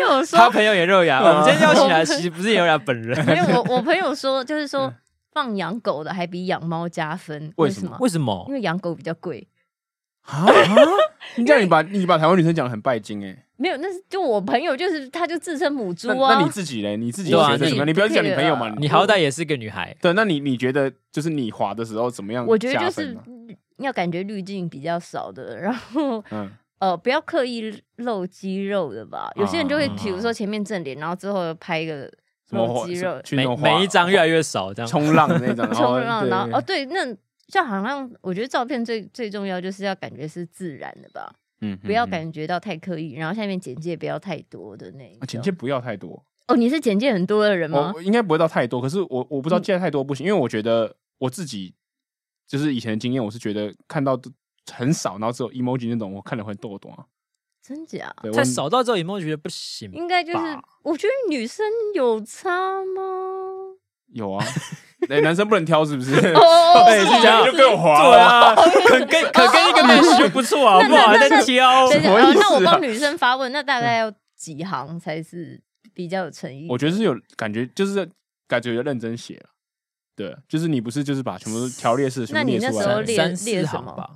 他
友说，
朋友也肉 牙，我们今天邀请来其实不是也肉牙本人，
没有 我我朋友说，就是说放养狗的还比养猫加分，
嗯为
什
什么
么？
为什么
因？为养狗比较贵。
啊，你这样你把你把台湾女生讲得很拜金哎。
没有，那是就我朋友，就是他就自称母猪
那
啊。
那你自己嘞？你自己
对啊
觉得
你
怎么样？你不要去讲你朋友嘛。
不 care 啊
你好歹也是个女孩，
对，那你你觉得就是你滑的时候怎么样？
我觉得就是，要感觉滤镜比较少的，然后
嗯，
呃，不要刻意露肌肉的吧。有些人就会，比如说前面正脸，然后之后拍一个
啊什么
露
滑
肌肉，
去那
每
种滑
每一张越来越少，这样。
冲浪的那 种，
冲浪，
对
然后哦，对，那就好像我觉得照片最最重要就是要感觉是自然的吧，
嗯，
不要
嗯。嗯
感觉到太刻意，然后下面简介不要太多的那一
啊简
种
介不要太多，
哦，你是简介很多的人
我
吗？
我应该不会到太多，可是我我不知
嗯
道借太多不行，因为我觉得我自己就是以前的经验，我是觉得看到很少，然后只有 emoji 那种，我看了会豆懂啊。
真假？
对，
太
我
少到之后，有没有觉得不行？
应该就是
吧，
我觉得女生有差 吗？
有啊， 哎，男生不能挑是不是？
哦哦，
哎
对是这样
就更滑
对
了。
啊，可跟可跟一个女婿就不错 啊，好不好？还在挑
等一
什
下，
么
呃
意思
那我
啊嗯
帮女生发问，那大概要几行才是比较有诚意？
我觉得是有感觉，就是感觉有认真写了。对，就是你不是就是把全部都条列式全
那
部
你
列
那
出
时候
三
来
列
三
了，
列
四
什
行
么
吧，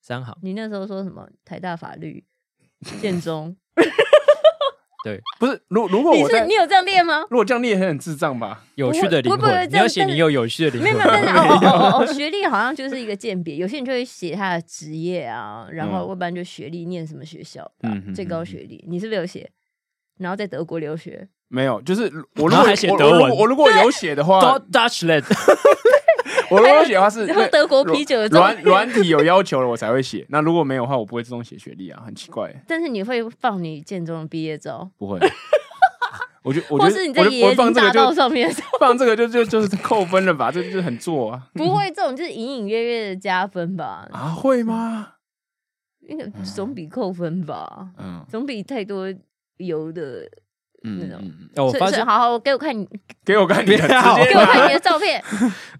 三行。
你那时候说什么？台大法 律、建中，
对，
不是？如如果
你
我
是
在
你有这样列吗？
如果这样列，很很智障吧？
有趣的灵
不会不会
魂，你要写
但
你有有趣的灵
没
魂。
有没有，但是哦哦哦哦哦，学历好像就是一个鉴别，有些人就会写他的职业啊，然后
嗯
要不然就学历念什么学校的啊
嗯，哼
最
嗯
高
哼
学历，你是不是有写？然后在德国留学，
没有，就是我如
然
果
后还写
我
德文
我如果我如果有写 的 话，
Don't touch that，
我如果有写的话是
然后
那
德国啤酒的照
软
片
软体有要求了，我才会写。那如果没有的话，我不会自动写学历啊，很奇怪，
但是你会放你建中的毕业照，
不会。我觉我
或
觉
是
得
你在
我就
椰
我
林
放这
大
个
道
就
上面的照片
放这个就就就是扣分了吧，这就是很做啊
不会，这种就是隐隐约约的加分吧，
啊会吗？
因为总比扣分吧，
嗯，
总比太多油的那
嗯
种。
嗯，嗯
哦，我
所以
发
所以
现
好好，给 我看你，
给我看你的，直
不要
接
给我看你
拿
的照片。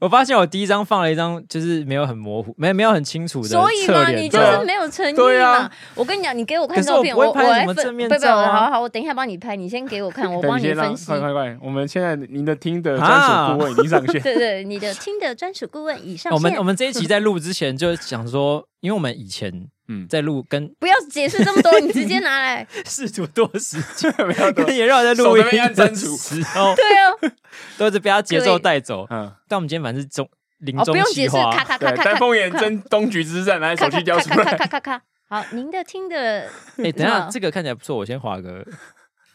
我发现我第一张放了一张，就是没有很模糊，没没有很清楚的
所以
侧
嘛，
脸
你就
照
是没有诚意
对
嘛
啊。
我跟你讲，你给我看
可是
照片，
我
我
不会拍
来
什么
分
正面
不不，
照啊
好好，我等一下帮你拍，你先给我看，我
等
帮
一下啦
分析。啊
快快快！我们现在您的听的专属顾问已经上线，
对对，你的听的专属顾问已上线。
我们我们这一集在录之前就想说，因为我们以前
嗯，
在录跟
不要解释这么多，你直接拿来。
试图多时间，
没有
跟
的，
也让我在录
手在那
音
边按
的
删除
时 候，
对啊，
都是被他节奏带走。
嗯，
但我们今天反正是中临
哦，
终
不用
计
解释，
划，
咔咔咔
对，
咔
丹
咔，
凤眼争东局之战，来手
咔咔
机交
咔
出
咔咔
来，
咔咔咔。好，您的听的，
哎，等一
是
下
吗
这个看起来不错，我先划个。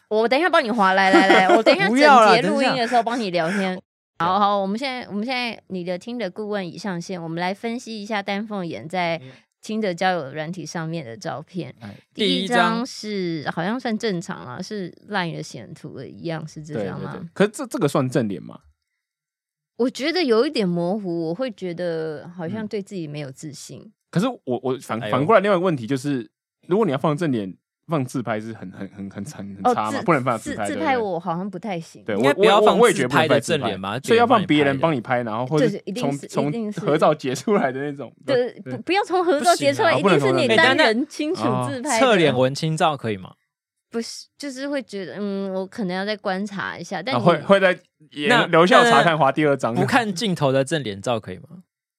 我等一下帮你划，来来来，我等一下
不要啦
整节录音
等一
的时候帮你聊天。好好，我们现在我们现在你的听的顾问已上线，我们来分析一下丹凤眼在听的交友软体上面的照片。
第
第
一
一
张
张是好像算正常啦，是烂的显图的一样啊是这
对对
张吗
对？，可是这这个算正脸吗？
我觉得有一点模糊，我会觉得好像
嗯
对自己没有自信。
可是我我反
哎呦
反过来，另外一个问题就是，如果你要放正脸，放自拍是很很很很惨很
哦
差嘛，
自
不能放
自
拍，
自
对不
拍
对
我好像不太行。
对，
应该
我
不要
我
放
我也
自
觉得不能
拍的
放自
正脸吧
所以要放
别
别
人
人
帮
帮
你
你拍，然后或者
对一定
从
是一定
从
是
合照截出来的那种。
对，不不要从合
不
照
行
截出
啊
来，一
不能从
定是
那
你
边
单
哎
人清楚
哦
自拍的。
侧脸文青照可以吗？
不是，就是会觉得嗯，我可能要再观察一下。但
啊
你
会会在也
那
留校查
那
看划第二张，
不看镜头的正脸照可以吗？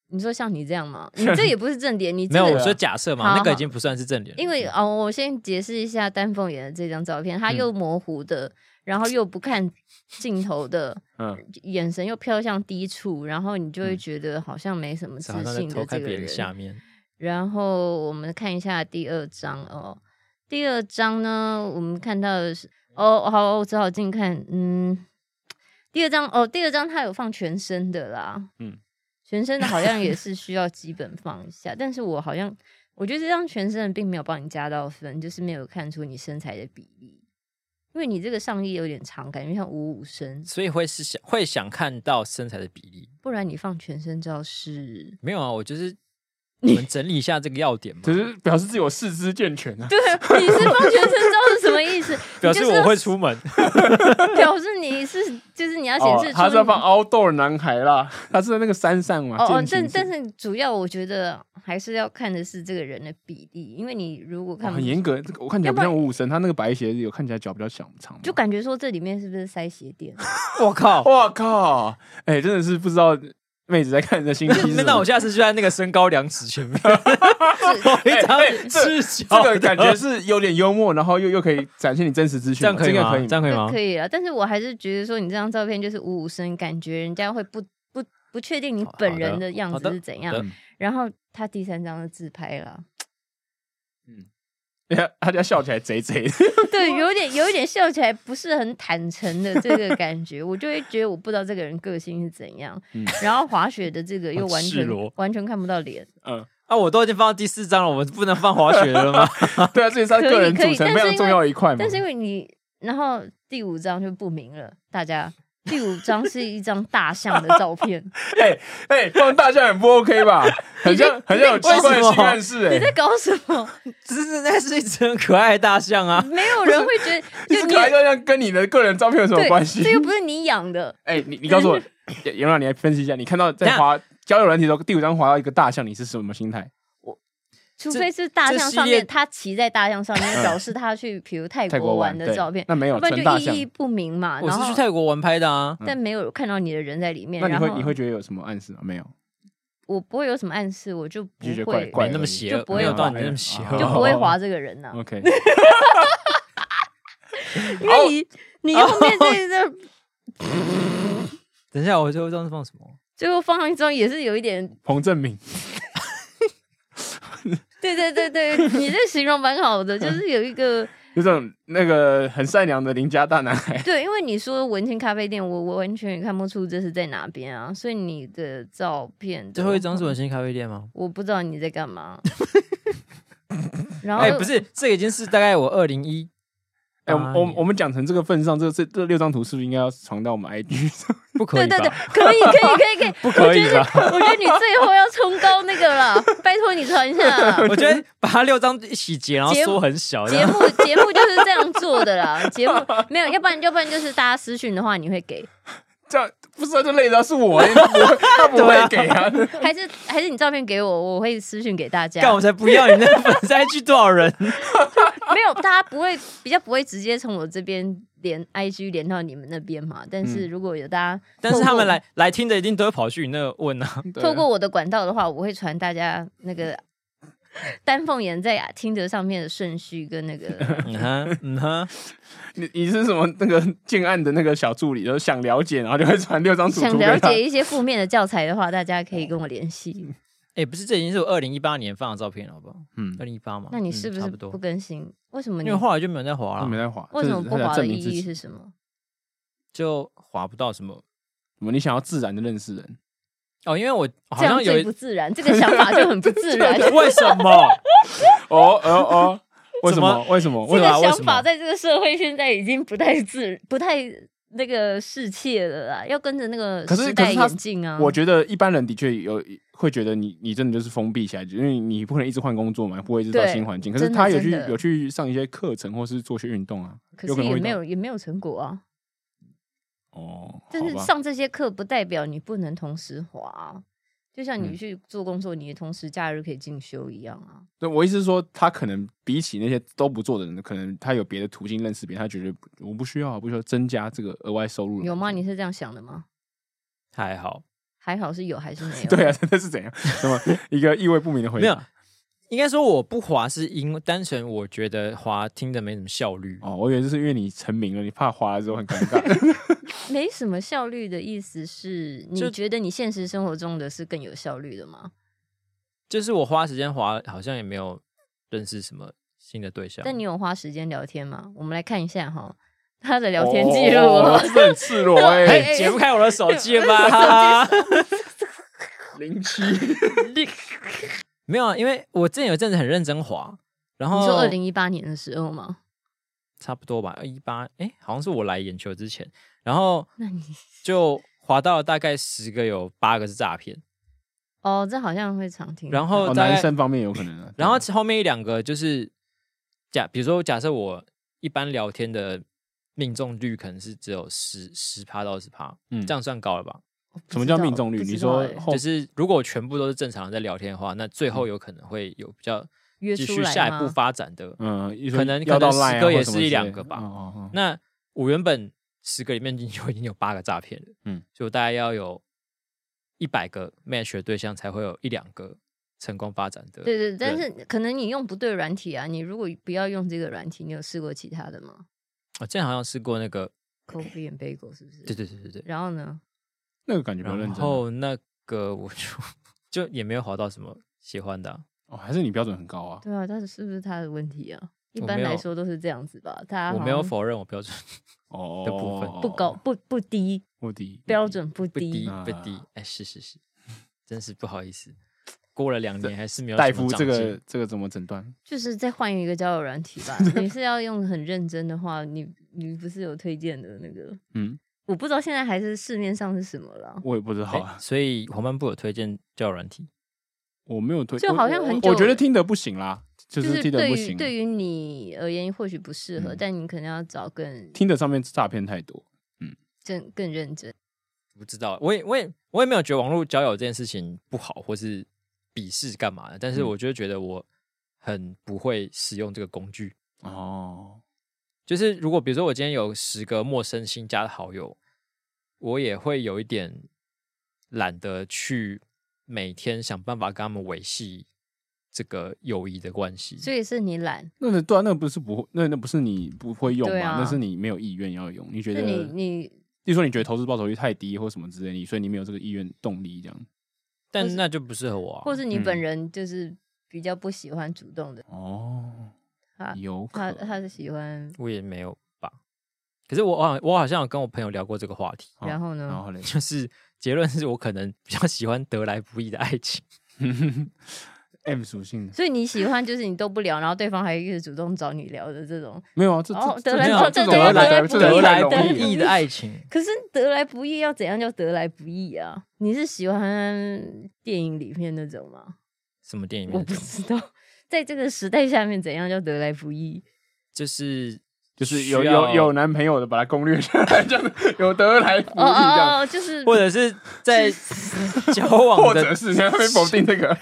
你说像你这 样吗？你这也不是正点，你
没
这
有，
个
我嗯说假设嘛，
啊好
那个已
好
经不算是正脸了，
因为哦，我先解释一下丹凤眼的这张照片，他
嗯
又模糊的，然后又不看镜头的，
嗯
眼神又飘向低处，然后你就会
嗯
觉得好像没什么自
好像在
信
偷
的这
看
个
别人
人。
下面。
然后我们看一下第二张哦，第二张呢，我们看到的是哦，好，我只好近看，嗯，第二张哦，第二张它有放全身的啦，
嗯
嗯，全身的好像也是需要基本放一下，但是我好像我觉得这张全身的并没有帮你加到分，就是没有看出你身材的比例，因为你这个上衣有点长，感觉像五五身，
所以会是想会想看到身材的比例。
不然你放全身照是。
没有啊，我就是我们整理一下这个要点嘛，
只是表示自己有四肢健全啊。
对，你是放全身照是什么意思？
表
你
示
就是
我会出门。
表示你是就是你要显
哦
示出你、，
他是要放 outdoor 男孩啦， 他是在那个山上嘛。
哦哦
健，行
但
是
但是主要我觉得还是要看的是这个人的比例，因为你如果
哇
看不
哦很严格，这个我看起来
要
不
不然
像五五身，他那个白鞋有看起来脚比较小长嘛。
就感觉说这里面是不是塞鞋 垫？
我靠！
哇靠，哎，真的是不知道妹子在看你的心机是什
那
么。
那我下次就在那个身高两尺前面，
是
我 一张
哎哎
赤脚
这
的，
个感觉是有点幽默，然后又又可以展现你真实资讯
这样
嘛，
可以
这个
吗？这
可
样可
以
以
就
吗
可？以了，但是我还是觉得说你这张照片就是五五身，感觉人家会不不不确定
哦
你
好
本
好的
人的样
好
子
的
是怎样
好。的
嗯
然后他第三张的自拍了，
吗？哎他家笑起来贼贼 的。
对，有点有一点笑起来不是很坦诚的这个感觉，我就会觉得我不知道这个人个性是怎样。
嗯
然后滑雪的这个又
很
完
赤
全
裸
完全看不到脸，
嗯，
啊，我都已经放到第四张了，我们不能放滑雪了 吗？
对啊，这也是他个人
可以
组成
可以
非常重要的一块嘛
但。是因为你，然后第五张就不明了，大家。第五张是一张大象的照片，
哎哎，放大象很不 OK 吧？很像很像有奇怪的
为什么
性暗示
你在
哎。
搞什么？
只是那是一只很可爱的大象啊！
没有人会觉得，
你
就
这
你
可爱大象跟你的个人照片有什么
对
关系
这？又不是你养的，
哎，你你告诉
嗯
我，严严老，你来分析一下，你看到在滑交友软体的时候，第五张滑到一个大象，你是什么心态？
除
这
非是大
这
象
系
上
列
面，他骑在大象上面，表示他去比如泰
泰
国
国
玩
玩
的
对
照片，
那没有
要不然
纯大
就
象
意义，不明嘛。
我
嗯然
是去
后，
泰国玩拍的啊，
但没有看到你的人在里
嗯
面。
那你
然
会
后
你会觉得有什么暗示吗？没 有，
我不会有什么暗示，我就不
就觉得怪
会
怪嗯
没
的
那么邪
就
恶，
不会
没有
滑
到你哦那么邪恶，
就不会划这个人呐、
OK。
因
哦
为你你后面这这
等一下，我最后一张是放什么？
最后放上一张也是有一点，
彭正明，
对对对对，你这形容蛮好 的，就是有一个
有种那个很善良的邻家大男孩。
对，因为你说文青咖啡店，我我完全也看不出这是在哪边啊，所以你的照片的
最后一张是
话
文心咖啡店吗？
我不知道你在 干嘛。然后、
哎哎，不是，这个已经是大概我二零一
哎、我我我们讲成这个份上，这这这六张图是不是应该要传到我们 IG 上？
不可
对
以
对对
吧？，
可以可以可以 可以，
不可以吧？
我觉得你最后要冲高那 个了，拜托你传一下啦。
我觉得把它六张一起截，然后
节目
缩很小，这
节
样
目节目就是这样做的啦，节目没有，要不然要不然就是大家私讯的话，你会给，
这样不是、啊、就累到是我，他不会他不会给啊。
还是还是你照片给我，我会私讯给大家。
干我才不要！你那粉丝 IG 多少人？
没有，大家不会比较不会直接从我这边连 IG 连到你们那边嘛。但是如果有大家，
嗯但是他们来来听的一定都会跑去你那问啊，
对
透过我的管道的话，我会传大家那个 丹凤眼在听得上面的顺序跟 那个。
嗯哼，嗯哼，
你你是什么那个建案的那个小助理，就是想了解，然后就会传六张图
想
图
了
给他。嗯哦
解一些负面的教材的话，大家可以跟我联系。
哎，不是，这已经是我二零一八年放的照片了，好不好？
嗯
二，零一八嘛，
那你
嗯
是不
差
是
不多
不？更新？为什么
因
你
为后来就没有再滑
他没
了，
在滑，
为什么
这
不
是他
滑
在证
的意
明自
义
己？
是什么？
就滑不到什么
什么？你想要自然的认识人？
哦，因为我好
这样
像有
最
一
不自然，这个想法就很不 自然。
为什么？
哦哦哦，为什么？
怎
为什么？
这
为
对
什么？
啊
个
为
想
什
法
么
在这个社会现在已经不太自、不太那个世切了啦，要跟着那个
可是
时
可
代
是他
演进啊。
我觉得一般人的确有会觉得你你真的就是封闭起来，因为你不可能一直换工作嘛，不会一直到
对
新环境。可是
真的
他有去
真的
有去上一些课程，或是做些运动啊，
可
有
是
能
也
会
没
到
有也没有成果啊。
哦，
但是
好吧
上这些课不代表你不能同时滑啊，就像你
嗯
去做工作，你也同时假日可以进修一样啊。
对我意思是说，他可能比起那些都不做的人，可能他有别的途径认识别人，他觉得我不需要啊，不需要增加这个额外收入了。
有吗？你是这样想的吗？
还好，
还好是有还 是没 有？
对啊，真的是怎样？什么一个意味不明的回答？
没有。应该说我不滑是因为单纯我觉得滑听着没什么效率，
哦，我以为就是因为你成名了，你怕花了之后很尴尬。
没什么效率的意思是，
就
你觉得你现实生活中的是更有效率的吗？
就是我花时间滑好像也没有认识什么新的对象。
但你有花时间聊天吗？我们来看一下哈，他的聊天记录
哦
哦。
真的很赤裸哎、
哎、
哎
解不开我的手机 了吧？哈哈
零七
没有，啊，因为我之前有一阵子很认真滑，然后
你
哦
说二零一八年的时候吗？
差不多吧，一八哎，好像是我来眼球之前，然后
那你
就滑到了大概十个有八个是诈骗，
哦，这好像会常听。
然
哦，
后大概、
男生方面有可能啊。
然后后面一两个就是假，比如说假设我一般聊天的命中率可能是只有十十趴到二十趴，
嗯
这样算高了吧？
什么叫命中率？
不
你
知
说
道哎
后
就是如果全部都是正常人在聊天的话，那最
嗯
后有可能会有比较
约
继
出
续
来
下一
吗
步发展的。
嗯，一说
可能
要到
可能
line
十
啊
个
或
也
什么
是一
之类
两个吧
的哦哦哦
那我原本十个里面就已经有八个诈骗了，
嗯
嗯，所以我大概要有一百个 match 的对象才会有一两个成功发展的。
对对，但是可能你用不对软体啊。你如果不要用这个软体，你有试过其他的吗
我哦之前好像试过那个，
？Coffee and Bagel 是不是？
对对对对对，
然后呢？
那个感觉比较认
然
真啊。
后那个我就就也没有滑到什么喜欢的啊、
哦，还是你标准很高啊。
对啊，但是是不是他的问题啊？一
我
般
没
来
有
说都是这样子吧。大家
我
好
没有
像
否认我标准
哦，
的部分
哦
不高，不不低，
不低，
标准不
不低
低。
啊
不低，哎、是是 是，真是不好意思，过了两年还是没有
大
什么
夫这
长
个
进
这个怎么诊断？
就是再换一个交友软体 吧。你是要用很认真的话，你你不是有推荐的那个？
嗯，
我不知道现在还是市面上是什么了。
我也不知道
哎
啊，
所以黄斑部有推荐交友软体，
我没有推，
就
我
好像
我
很
我
久
觉得
了
听得不行啦，就
就是是
听得
对
不
于
行，
对于你而言或许不适合，
嗯
但你可能要找更
听得上面诈骗太多。
更更认真。
不知道，我也我也我也没有觉得网络交友这件事情不好，或是鄙视干嘛的，但是
嗯
我就觉得我很不会使用这个工具。
哦，
就是如果比如说我今天有十个陌生新加的好友，我也会有一点懒得去每天想办法跟他们维系这个友谊的关系。
所以是你懒，
那个对啊，那个不是不会，那那不是你不会用
对
嘛？
啊
那是你没有意愿要用，你觉
那
得哦
你你
例如说你觉得投资报酬率太低或什么之类的，所以你没有这个意愿动力这样。
但那就不适合我、啊，
或是你本
嗯
人就是比较不喜欢主动的，
哦，
他
有可
他
能
他是喜欢，
我也没有吧。可是我好像我好像有跟我朋友聊过这个话题，
好
然后呢
然后嘞，
就是结论是我可能比较喜欢得来不易的爱情。
M 属性的，
所以你喜欢就是你都不聊，然后对方还一直主动找你聊的这种。
没有啊，这
哦
这这
得来
没
这
有
这
这
种
得
来
来
得这种
得
来
来
容
不
易
易的爱情，
可是得来不易要怎样叫得来不易啊？你是喜欢电影里面那种吗？
什么电影里
我
面
不
的？
知道， 在这个时代下面怎样叫得来不易？
就是
就是有
需
有
要
有男朋友的把他攻略下来，这样有得来不易
哦
这样，
哦哦，哦就是
或者是 在交
或
往
者
的
是你还没否定这个，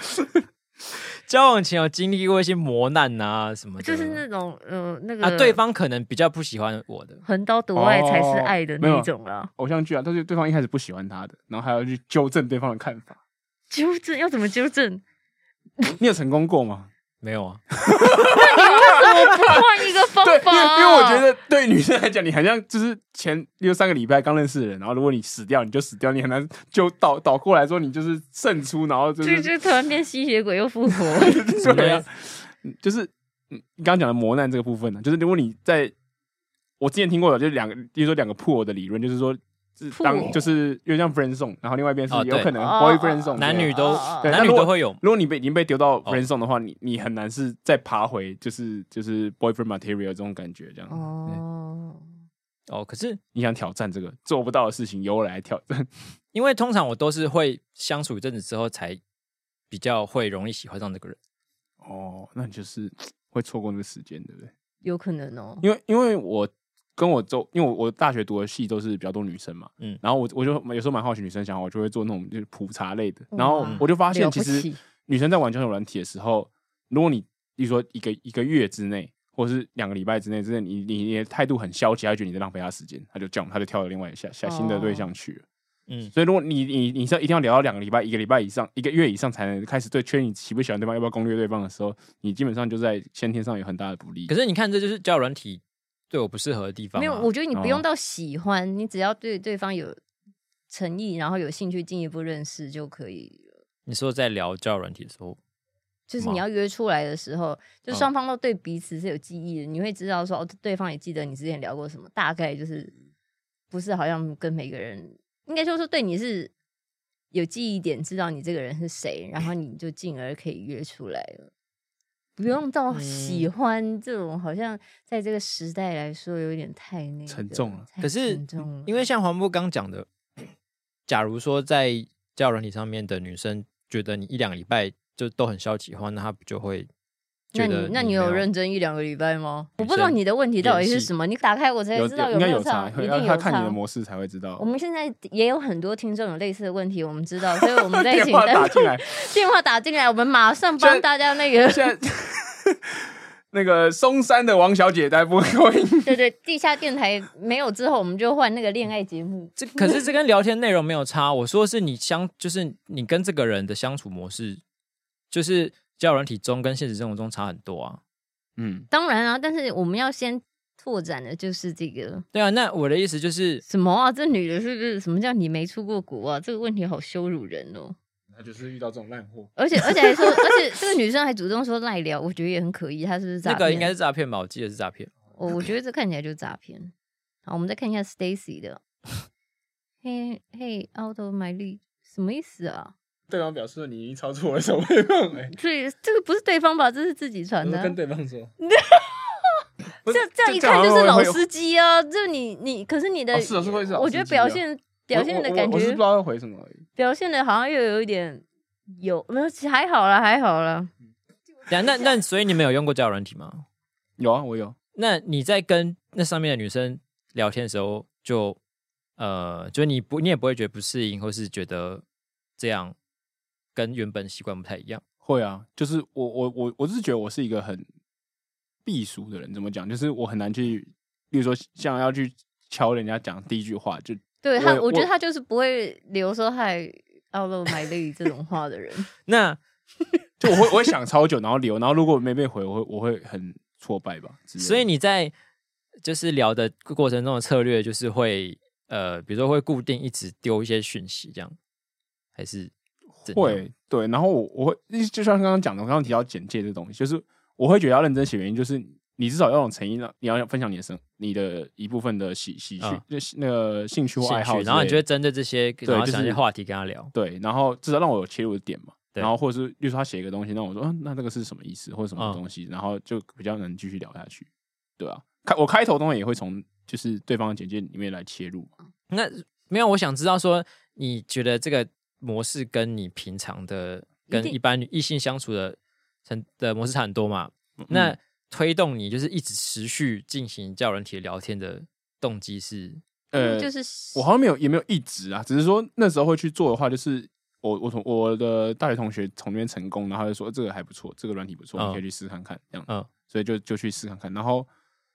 交往前有经历过一些磨难啊什么的，
就是那种呃那个
啊，对方可能比较不喜欢我的，
横刀夺爱才是爱的
哦没有
那一种啦。
偶像剧啊，但是对方一开始不喜欢他的，然后还要去纠正对方的看法。
纠正要怎么纠 正？
你有成功过吗？
没有啊，
不换一个方
对，因
法、
为因为我觉得对女生来讲，你好像就是前六三个礼拜刚认识的人，然后如果你死掉，你就死掉，你很难就倒倒过来说你就是胜出，然后就
就是就突然变吸血鬼又复 活，
对啊，就是嗯你刚刚讲的磨难这个部分呢、就是如果你在我之前听过的，就是两个，比如说两个 pool 的理论，就是说，是当
Pool
就是有点像 friend zone，然后另外一边是
哦
有
对
可能
哦
boyfriend zone，、
男女都哦
哦
对
男女
那如果
都会有，
如果你被已经被丢到 friend zone 的话，你你很难是再爬回就是就是 boyfriend material 这种感觉，这样、
哦，
哦，可是
你想挑战这个做不到的事情，由我来挑战。
因为通常我都是会相处一阵子之后才比较会容易喜欢上这个人，
哦，那你就是会错过那个时间，对不对？
有可能哦。
因为因为我跟我周，因为我我大学读的系都是比较多女生嘛，嗯
嗯，
然后我我就有时候蛮好奇女生想法，我就会做那种就是普查类的，然后
哇
我就发现
了
其
不
实
起
女生在玩交友软体的时候，如果你比如说一个一个月之内。或者是两个礼拜之内，之内你你你的态度很消极，她觉得你在浪费她时间，她就这样，她就跳到另外下下新的对象去了。
嗯，
所以如果你你你是要一定要聊到两个礼拜、一个礼拜以上、一个月以上才能开始对确认你喜不喜欢对方、要不要攻略对方的时候，你基本上就在先天上有很大的不利。
可是你看这就是交友软体对我不适合的地方、啊，
没有，我觉得你不
哦
用到喜欢，你只要对对方有诚意，然后有兴趣进一步认识就可以了。
你说在聊交友软体的时候，
就是
吗
你要约出来的时候，
嗯
就双方都对彼此是有记忆的，你会知道说哦，对方也记得你之前聊过什么，大概就是不是好像跟每个人，应该就是说对你是有记忆点，知道你这个人是谁，然后你就进而可以约出来了。不用到喜欢这种，好像在这个时代来说有点太那个
沉重了
太
可是
沉哎重了
因为像黄波刚讲的，假如说在交友软体上面的女生觉得你一两个礼拜就都很消极的话，那她不就会
那
觉
你
得
那你
没
有认真一两个礼拜吗？我不知道
生
你的问题到底是
演戏
什么，你打开我才
有
哎知道
应
没
该
有
差，
差，一
要
定
他
有
看你的
差。
模式才会知道。
我们现在也有很多听众有类似的问题，我们知道，所以我们在
电
请
话
大
打
家
进来，
电话打进来，我们马上
现在
帮大家那个，
现在那个松山的王小姐在 不会应
对对，地下电台没有之后，我们就换那个恋爱节目。
这可是这跟聊天内容没有差。我说的是你相，就是你跟这个人的相处模式，就是交友软体中跟现实生活中差很多啊。
嗯，
当然啊，但是我们要先拓展的就是这个
对啊，那我的意思就是，
什么啊？这女的是不是什么叫你没出过国啊？这个问题好羞辱人哦。
他就是遇到这种烂货。
而且而且还说，而且这个女生还主动说赖聊，我觉得也很可疑。她是不 是诈
那
骗？啊
个应该是诈骗吧？我记得是诈骗。
我我觉得这看起来就是诈骗。好，我们再看一下 Stacy 的。嘿嘿，out of my league，什么意思啊？
对方表示你已经超出哎我的 手背范围，
所以这个不是对方吧？这是自己传的啊、
对方说。不 是
这样这样一看就是老。司机啊！就你你，可是你的、
哦是啊是会是老
我
司
觉得
机
表
啊
现
这样
表
好像会
现的
我我
感
我我是不
觉
知，道要回什么而已。
表现的好像又有一点有没有？其实还好啦，还好啦。
对啊，那那所以你们有用过交友软体吗？
有啊，我有。
那你在跟那上面的女生聊天的时候就，呃，就你不你也不会觉得不适应，或是觉得这样跟原本习惯不太一样。
会啊，就是我我我我是觉得我是一个很避俗的人，怎么讲？就是我很难去，例如说像要去敲人家讲第一句话，就
对他，
我
我觉
我
得他就是不会留说嗨 out of my league 这种 话的人。
那
就我会我 会想超久，然后留，然后如果没被回，我会我会很挫败吧。之类的
所以你在就是聊的过程中的策略，就是会呃，比如说会固定一直丢一些讯息，这样还是怎样
会对，然后我我会就像刚刚讲的，我刚刚提到简介这东西，就是我会觉得要认真写原因，就是你至少要有诚意，让你要分享你的生你的一部分的喜喜趣，
嗯
就是那个啊兴趣或
兴
爱好之类
趣，
的，
然后你就会针对这些，然后
就是
想一些话题跟他聊。
对，然后至少让我有切入的点嘛。
对
然后或者是，例如说他写一个东西，那我说，嗯、那这个是什么意思，或者什么
嗯
东西，然后就比较能继续聊下去，对啊，开我开头通常也会从就是对方的简介里面来切入，
那没有，我想知道说，你觉得这个模式跟你平常的
一
跟
定
一般异性相处的成的模式差很多嘛？那推动你就是一直持续进行叫人体聊天的动机是，
呃，
就是
我好像没有也没有一直啊，只是说那时候会去做的话，就是我我同我的大学同学从那边成功，然后他就说这个还不错，这个软体不错，
嗯
你可以去试看看这样，
嗯
所以就就去试看看。然后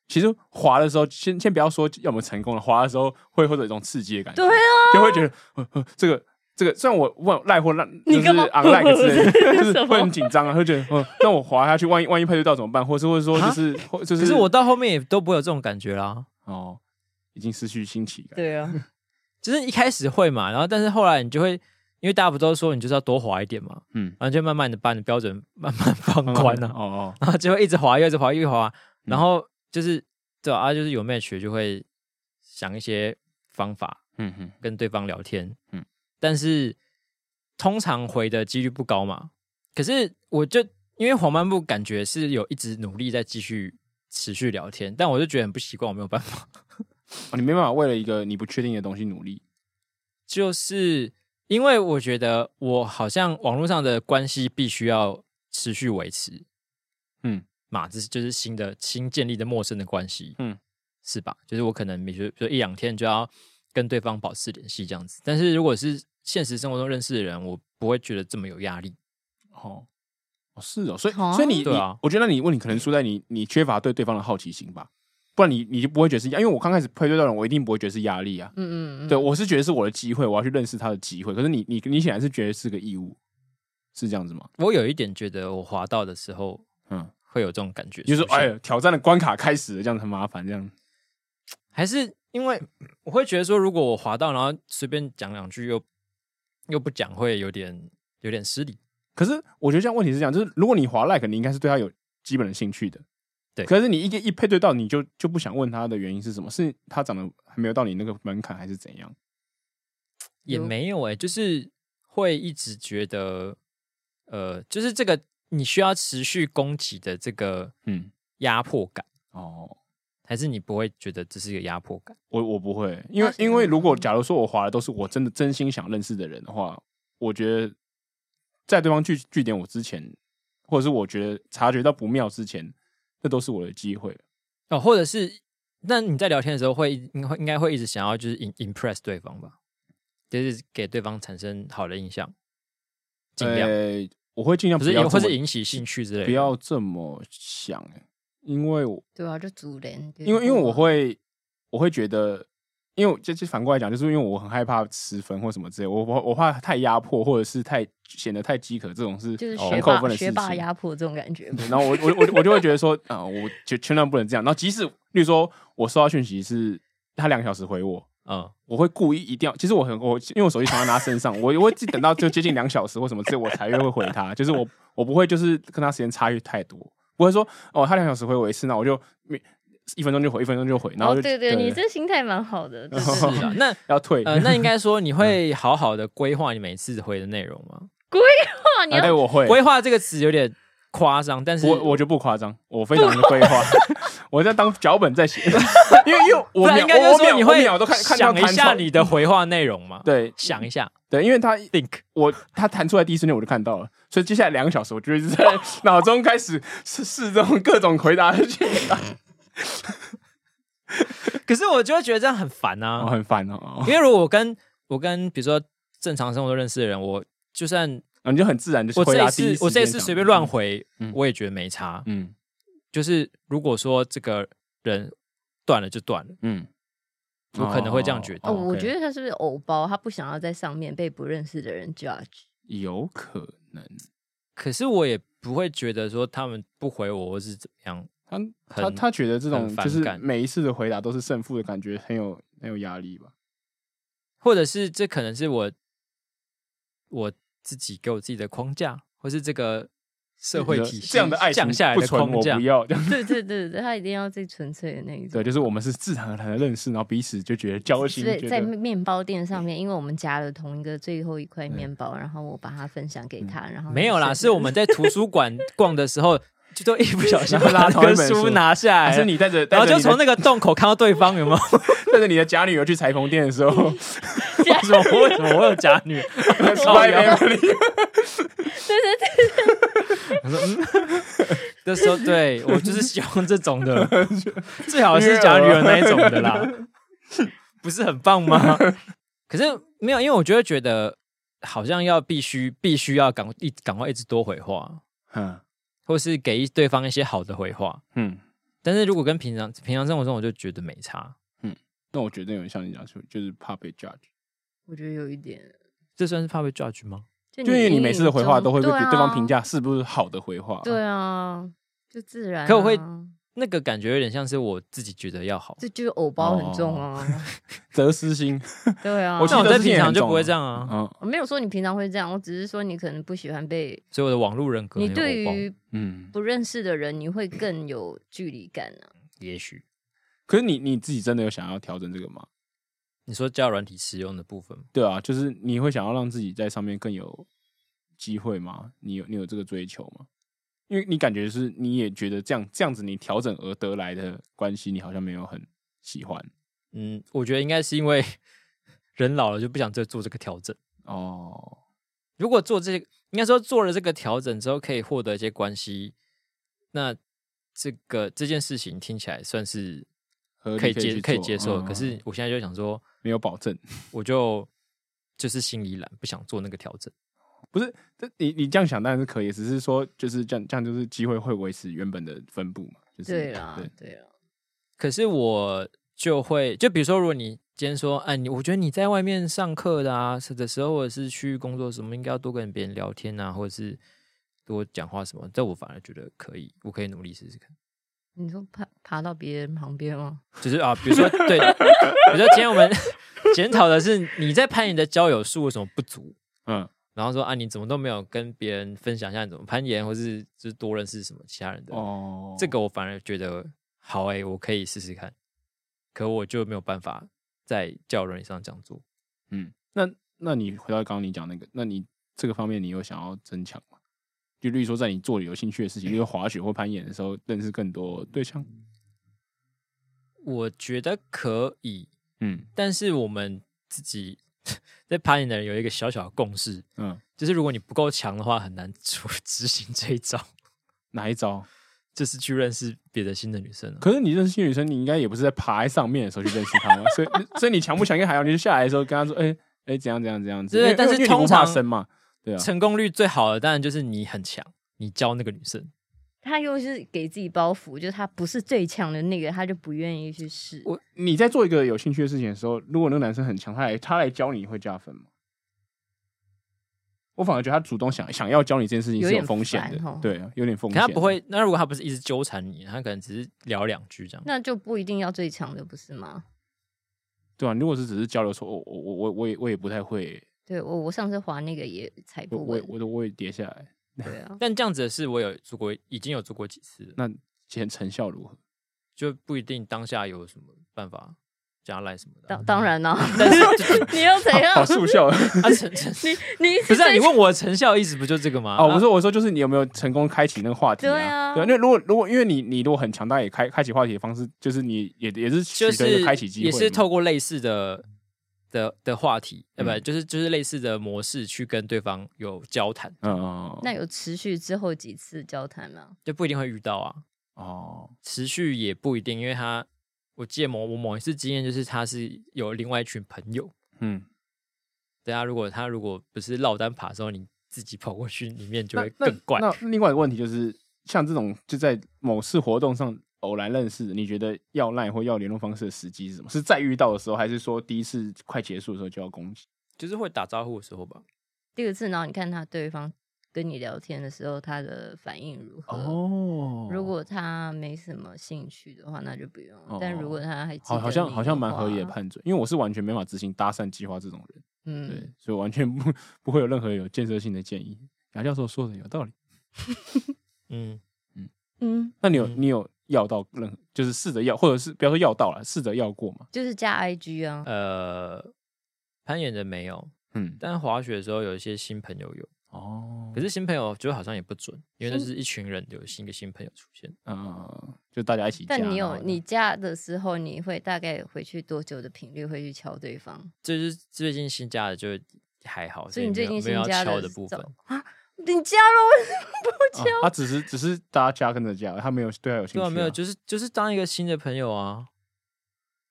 其实滑的时候，先先不要说要么成功了，滑的时候会会有一种刺激的感觉，
对啊，
就会觉得呃呃这个。这个虽然我忘赖或赖，
你
就是
干嘛
on like 之类的，就
这是什
是
么
会很紧张啊，会觉得，嗯，那我滑下去，万一万一配对到怎么办？或是或者说就是，或就
啊可是我到后面也都不会有这种感觉啦。
哦，已经失去新奇感。
对啊，
就是一开始会嘛，然后但是后来你就会，因为大家不都说你就是要多滑一点嘛，
嗯，
然后就慢慢的把你的标准慢慢放宽啊了、
哦哦，
然后就会一直滑，一直滑，一直滑，
嗯
然后就是、对啊，就是有 match 就会想一些方法
嗯哼，
跟对方聊天，嗯
嗯，
但是通常回的几率不高嘛。可是我就因为黄漫步感觉是有一直努力在继续持续聊天，但我就觉得很不习惯，我没有办法。
哦，你没办法为了一个你不确定的东西努力。
就是因为我觉得我好像网络上的关系必须要持续维持，
嗯
嘛，这是就是新的新建立的陌生的关系，
嗯，
是吧？就是我可能比如说一两天就要跟对方保持联系这样子，但是如果是现实生活中认识的人，我不会觉得这么有压力。
哦，哦是哦，所以、
哦
所以你
对啊
你我觉得你问题可能出在你你缺乏对对方的好奇心吧，不然你你就不会觉得是压，因为我刚开始配对到人，我一定不会觉得是压力啊。
嗯嗯嗯，
对，我是觉得是我的机会，我要去认识他的机会。可是你你你显然是觉得是个义务，是这样子吗？
我有一点觉得我滑到的时候
嗯，
会有这种感觉出
就
现，
是哎呦，挑战的关卡开始了，这样子很麻烦，这样。
还是因为我会觉得说，如果我滑到，然后随便讲两句又又不讲，会有点有点失礼。
可是我觉得这样问题是这样，就是如果你滑 like，你应该是对他有基本的兴趣的。
对
可是你一个一配对到，你就就不想问他的原因是什么？是他长得还没有到你那个门槛，还是怎样？
也
有
没有哎、就是会一直觉得，呃，就是这个你需要持续供给的这个
嗯，
压迫感，
哦，
还是你不会觉得这是一个压迫感？
我我不会，因为
是
因为如果假如说我滑的都是我真的真心想认识的人的话，我觉得在对方据据点我之前，或者是我觉得察觉到不妙之前，那都是我的机会。
哦，或者是那你在聊天的时候会应该应该会一直想要就是 im- impress 对方吧，就是给对方产生好的印象，尽量、
呃我会尽量
不
不
是
要
引或是
这么
引起兴趣之类的，
不要这么想、欸因为我
对啊，就主人，啊
因为因为我会我会觉得，因为我这这反过来讲，就是因为我很害怕失分或什么之类，我我我怕太压迫或者是太显得太饥渴这种是
就是
很
学
扣分
霸
的事
学
情。嗯
霸压迫这种感觉，
对然后我我我我就会觉得说，啊、我就千万不能这样。然后即使例如说我收到讯息是他两个小时回我，
嗯。
我会故意一定要，其实我很我因为我手机常常拿在身上，我我会等到就接近两小时或什么之类，我才会回他。 就是我我不会就是跟他时间差距太多，不会说哦他两小时回我一次，那我就每一分钟就回，一分钟就回，然后
哦
就、
对对，你这心态蛮好的，对 对
是
对
啊，那
要退。
呃，那应该说
嗯
你会好好的规划你每次回的内容吗？
哇，哦你
啊对
要
我会，
规划这个词有点夸张，但是
我我就不夸张，我非常的规划， 我在当脚本在写， 因为因为我
不然
秒
应该就
我
是说
秒
你
我
会
秒都看看到
想一
弹
下
窗
你的回话内容嘛？，
对
想一下
对，因为他
，think。
我他弹出来第一瞬间我就看到了，所以接下来两个小时我就一直 在脑中开始试试这种各种回答的去，
可是我就会觉得这样很烦
我
啊，
很烦哦哦
因，为如果我跟我跟比如说正常生活中认识的人，我就算
然后你就很自然就是
我
回
这
答
一
第一
次我这一次
时间
随
讲
便乱，回
嗯，
我也觉得没差。
嗯
就是如果说这个人断了就断了，
嗯，
我可能会这样觉得
哦，我觉
得
得他是不是偶包？他不想要在上面被不认识的人 judge。
有可能，
可是我也不会觉得说他们不回我或是怎么样。
他他
很
他觉得这种
很反
就是
感
每一次的回答都是胜负的感觉，很有很有压力吧。
或者是这可能是我我自己给我自己的框架，或是这个社会
你说
体系
这样的爱情
降下来
不
的
纯，
框
我
架
不，要。这样
对对对对，他一定要最纯粹的那一种。
对，就是我们是自然而然的认识，然后彼此就觉得交心，
所以
觉
在
得
面包店上面，因为我们夹了同一个最后一块面包，然后我把它分享给
嗯
他，然后
没有啦，
他
是我们在图书馆逛的时候，就都一不小心
拉
把那
同
个
一本
书
书
拿下
还
来
是
了，
你带着，
哎然后
带着
就
你的
从那个洞口看到对方有没有？
带着你的假女友去裁缝店的时 候
为什么？为什么我有假女？
，Spy Family，
我说，嗯， 那时候对我就是喜欢这种 的，最好是假女友那一种的啦，不是很棒吗？ 可是没有，因为我就会觉得好像要必须必须要赶一赶快一直多回话，
嗯
或是给对方一些好的回话。
嗯，
但是如果跟平常平常生活中，我就觉得没差。
那我觉得有点像你讲说，就是怕被 judge，
我觉得有一点，
这算是怕被 judge 吗？
就
就因为你每次的回话都会被
对啊
对啊方评，价是不是好的回话，
对啊，就自然、啊
可我会那个感觉有点像是我自己觉得要好，
这就是偶包很重啊，
得失心，
对啊，
哦 我记
那
得
我在
之前
平
也
常
很
就
重
不会
啊
这样啊。
嗯
我没有说你平常会这样，我只是说你可能不喜欢被
所以我的网络人格
你
很
对
火爆，
于
嗯。
不认识的人，你会更有距离感啊。
也许
可是你你自己真的有想要调整这个吗？
你说交友软体使用的部分吗，
对啊，就是你会想要让自己在上面更有机会吗？你有你有这个追求吗？因为你感觉是你也觉得这样这样子你调整而得来的关系，你好像没有很喜欢
嗯，我觉得应该是因为 人老了就不想再做这个调整。
哦。
如果做这，应该说做了这个调整之后，可以获得一些关系，那这个这件事情听起来算是
合理
可以
可以
接
去
可以
做
接受的。
嗯
可是我现在就想说，
没有保证。
我就就是心里懒，不想做那个调整。
这你你这样想当然是可以，只是说就是这样这样就是机会会维持原本的分布嘛。就是
对啦
对，
对啦，
可是我就会，就比如说，如果你今天说，哎，你我觉得你在外面上课的啊是的时候，或者是去工作什么，应该要多跟别人聊天啊，或者是多讲话什么，这我反而觉得可以，我可以努力试试看。
你说爬爬到别人旁边吗？
就是啊，比如说对，比如说今天我们检讨的是你在攀岩的交友数为什么不足，
嗯
然后说啊，你怎么都没有跟别人分享一下你怎么攀岩，或是就是多认识什么其他人的。
哦，
这个我反而觉得好哎、我可以试试看，可我就没有办法在教人上这样做。
嗯，那那你回到刚刚你讲那个，那你这个方面你有想要增强吗？就例如说，在你做有兴趣的事情，例如滑雪或攀岩的时候，认识更多对象。
我觉得可以，
嗯
但是我们自己 在攀岩的人有一个小小的共识，
嗯，
就是如果你不够强的话，很难 出执行这一招，
哪一招？
就是去认识别的新的女生、啊。
可是你认识新女生，你应该也不是在爬在上面的时候去认识她嘛，所以所以你强不强硬还好，你就下来的时候跟她说，哎、哎、怎样怎样怎样子。
对
因为
但是
因为你不
通
怕
常
生嘛，对啊，
成功率最好的当然就是你很强，你教那个女生。
他又是给自己包袱，就是他不是最强的那个，他就不愿意去试。
我你在做一个有兴趣的事情的时候，如果那个男生很强，他来他来教你会加分吗？我反而觉得他主动想想要教你这件事情
有
是有
点
风险的
烦哦，
对，啊有点风
可
险。
他不，会，那如果他不是一直纠缠你，他可能只是聊两句这样。
那就不一定要最强的，不是吗？
对啊。如果是只是交流说，我我我我我也我也不太会，
对我，我上次滑那个也踩
我
不
我也
稳，
我都我也跌下来，
对啊，
但这样子的事，我有做过，已经有做过几次了，
那前成效如何？
就不一定当下有什么办法加赖什么的啊。
当当然啦、
但是
你要怎样？
好速 效
啊，成成
你你一直
不是、啊、
最
你问我的成效意思不就这个吗？啊
哦，我
说
说我说就是你有没有成功开启那个话题？
对啊
对啊，因为如果如果因为你你如果很强大，也开开启话题的方式，就是你也也是取
就
得一
是
个开启机会
也
嘛，
是透过类似的的的话题，呃、不
嗯
就是就是类似的模式去跟对方有交谈，
嗯嗯
那有持续之后几次交谈吗？
就不一定会遇到啊。
哦
持续也不一定，因为他我记得某我某一次经验就是他是有另外一群朋友，
嗯。
大家如果他如果不是落单爬的时候，你自己跑过去里面就
那
会更怪。
那那另外一个问题就是，像这种就在某次活动上偶然认识的，你觉得要赖或要联络方式的时机是什么？是再遇到的时候，还是说第一次快结束的时候就要攻击？
就是会打招呼的时候吧，
第二次，然后你看他对方跟你聊天的时候，他的反应如何？
哦
如果他没什么兴趣的话，那就不用。
哦
但如果他还记
好，
得
好像
你
好像
的
蛮合理的
话
判准，因为我是完全没法执行搭讪计划这种人，对
嗯，，
所以完全不不会有任何有建设性的建议。杨教授说的有道理，
嗯，
嗯，
那你有
嗯
你有要到任何，就是试着要，或者是不要说要到了，试着要过嘛。
就是加 IG 啊，
呃，攀岩的没有，
嗯，
但滑雪的时候有一些新朋友有，
哦
可，是新朋友就好像也不准，因为那是一群人有新的新朋友出现。
嗯，就大家一起加。
但你
然
有
后
你加的时候，你会大概回去多久的频率会去敲对方？
这就是最近新加的，就还好，
所以你
没
最
有
近
没
新
有要
加
敲
的
部
早
分。
啊，你加了为什么 不
啊
敲？哦
他只是只是大家加跟着加，他没有对他有兴趣、
对啊，没有，就是就是当一个新的朋友啊。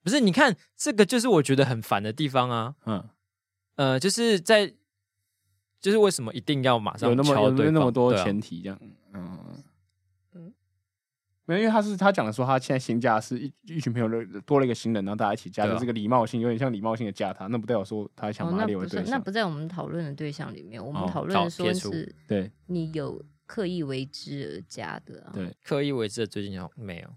不是，你看这个就是我觉得很烦的地方啊。
嗯，
呃，就是在，就是为什么一定要马上
有那么
敲
有
对
那么
方
多
对啊
前提这样，嗯
嗯
嗯，没有，因为他是他讲的说他现在新加是一一群朋友的多了一个新人，然后大家一起加，
对啊
就是个礼貌性，有点像礼貌性的加他，那不代表说他想
哦，
把他
那
列为
不
对
是，
象，
那不在我们讨论的对象里面。我们
哦
讨论
好
的说
撇除
是
对
你有刻意为之而加的、啊。
对。
刻意为之的，最近好没有。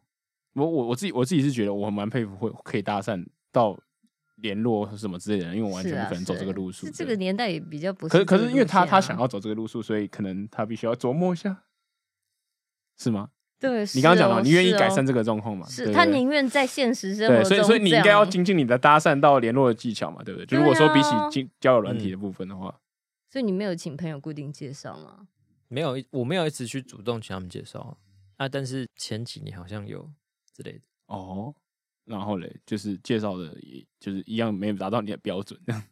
我我我自己我自己是觉得我蛮佩服会可以搭讪到联络什么之类的人，因为我完
是
全
啊
不可能走
是
这个路数
是
的。
这个年代也比较不
可是
这
可
个
是因为
路
他
线
他
啊
想要走这个路数，所以可能他必须要琢磨一下，是吗？
对，
你刚刚
是
讲
哦
了，你愿意
是
改
哦
善这个状况嘛？
是
对
他
对
宁愿在现实生活
对，
中，哦
所以所以你应该要，精进你的搭讪到联络的技巧嘛，对不对？就
对
如果说比起
啊
经交友软体的部分的话，
所以你没有请朋友固定介绍吗？
没有，我没有一直去主动请他们介绍啊啊，但是前几年好像有之类的。
嗯
哦，然后嘞，就是介绍的，也就是一样没有达到你的标准， 啊这样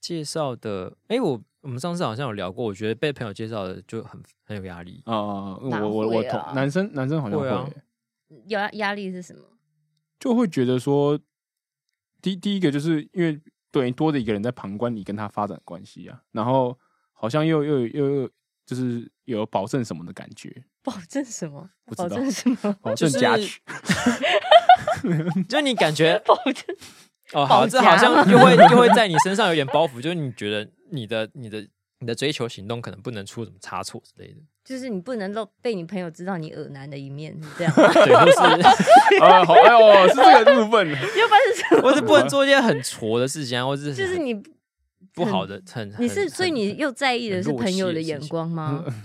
介绍的，哎、我我们上次好像有聊过，我觉得被朋友介绍的就很很有压 力，
啊，我
哪
我我
会
同
啊
男生男生好像会
会啊
欸。
压压力是什么？
就会觉得说，第第一个就是因为等于多的一个人在旁观你跟他发展的关系啊，然后好像又又又又就是有保证什么的感觉，
保证什么
不？知
保
道
证什么？
保
就
证
是
加取，
就你感 觉
保证
哦，
保
好，这好像
夹
又 会又会在你身上有点包袱，就是你觉得你的你的你的追求行动可能不能出什么差错之类的，
就是你不能露被你朋友知道你耳男的一面，是 这样吗？
对，或是
啊，好，哎呦，是这个部分，
要不然是什么？
或是不能做一件很挫的事情啊，或是
就是
很
你
不好的，很很
你是所以
很
你又在意的
很
是
弱
朋友
势的
的
事
眼
情
光吗？嗯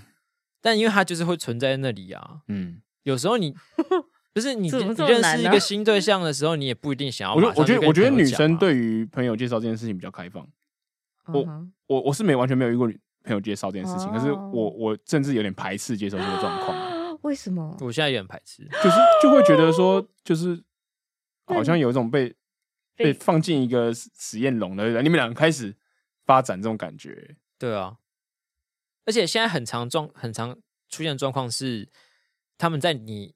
但因为它就是会存在那里啊，
嗯，
有时候 你不是你
怎么
你
这么
认
难
识一
呢
个新对象的时候，你也不一定想要
我觉
马
得
上
我觉
就跟朋友讲啊。
得我觉得女生对于朋友介绍这件事情比较开放，我
嗯哼
我我是没完全没有遇过女朋友介绍这件事情，可是
哦
我我甚至有点排斥接受这个状况，啊
为什么？
我现在也很排斥，
就是就会觉得说， 就是好像有一种被被
被
放进一个实实验笼的，你们两个开始发展这种感觉。
对啊，而且现在很常状很常出现的状况是，他们在你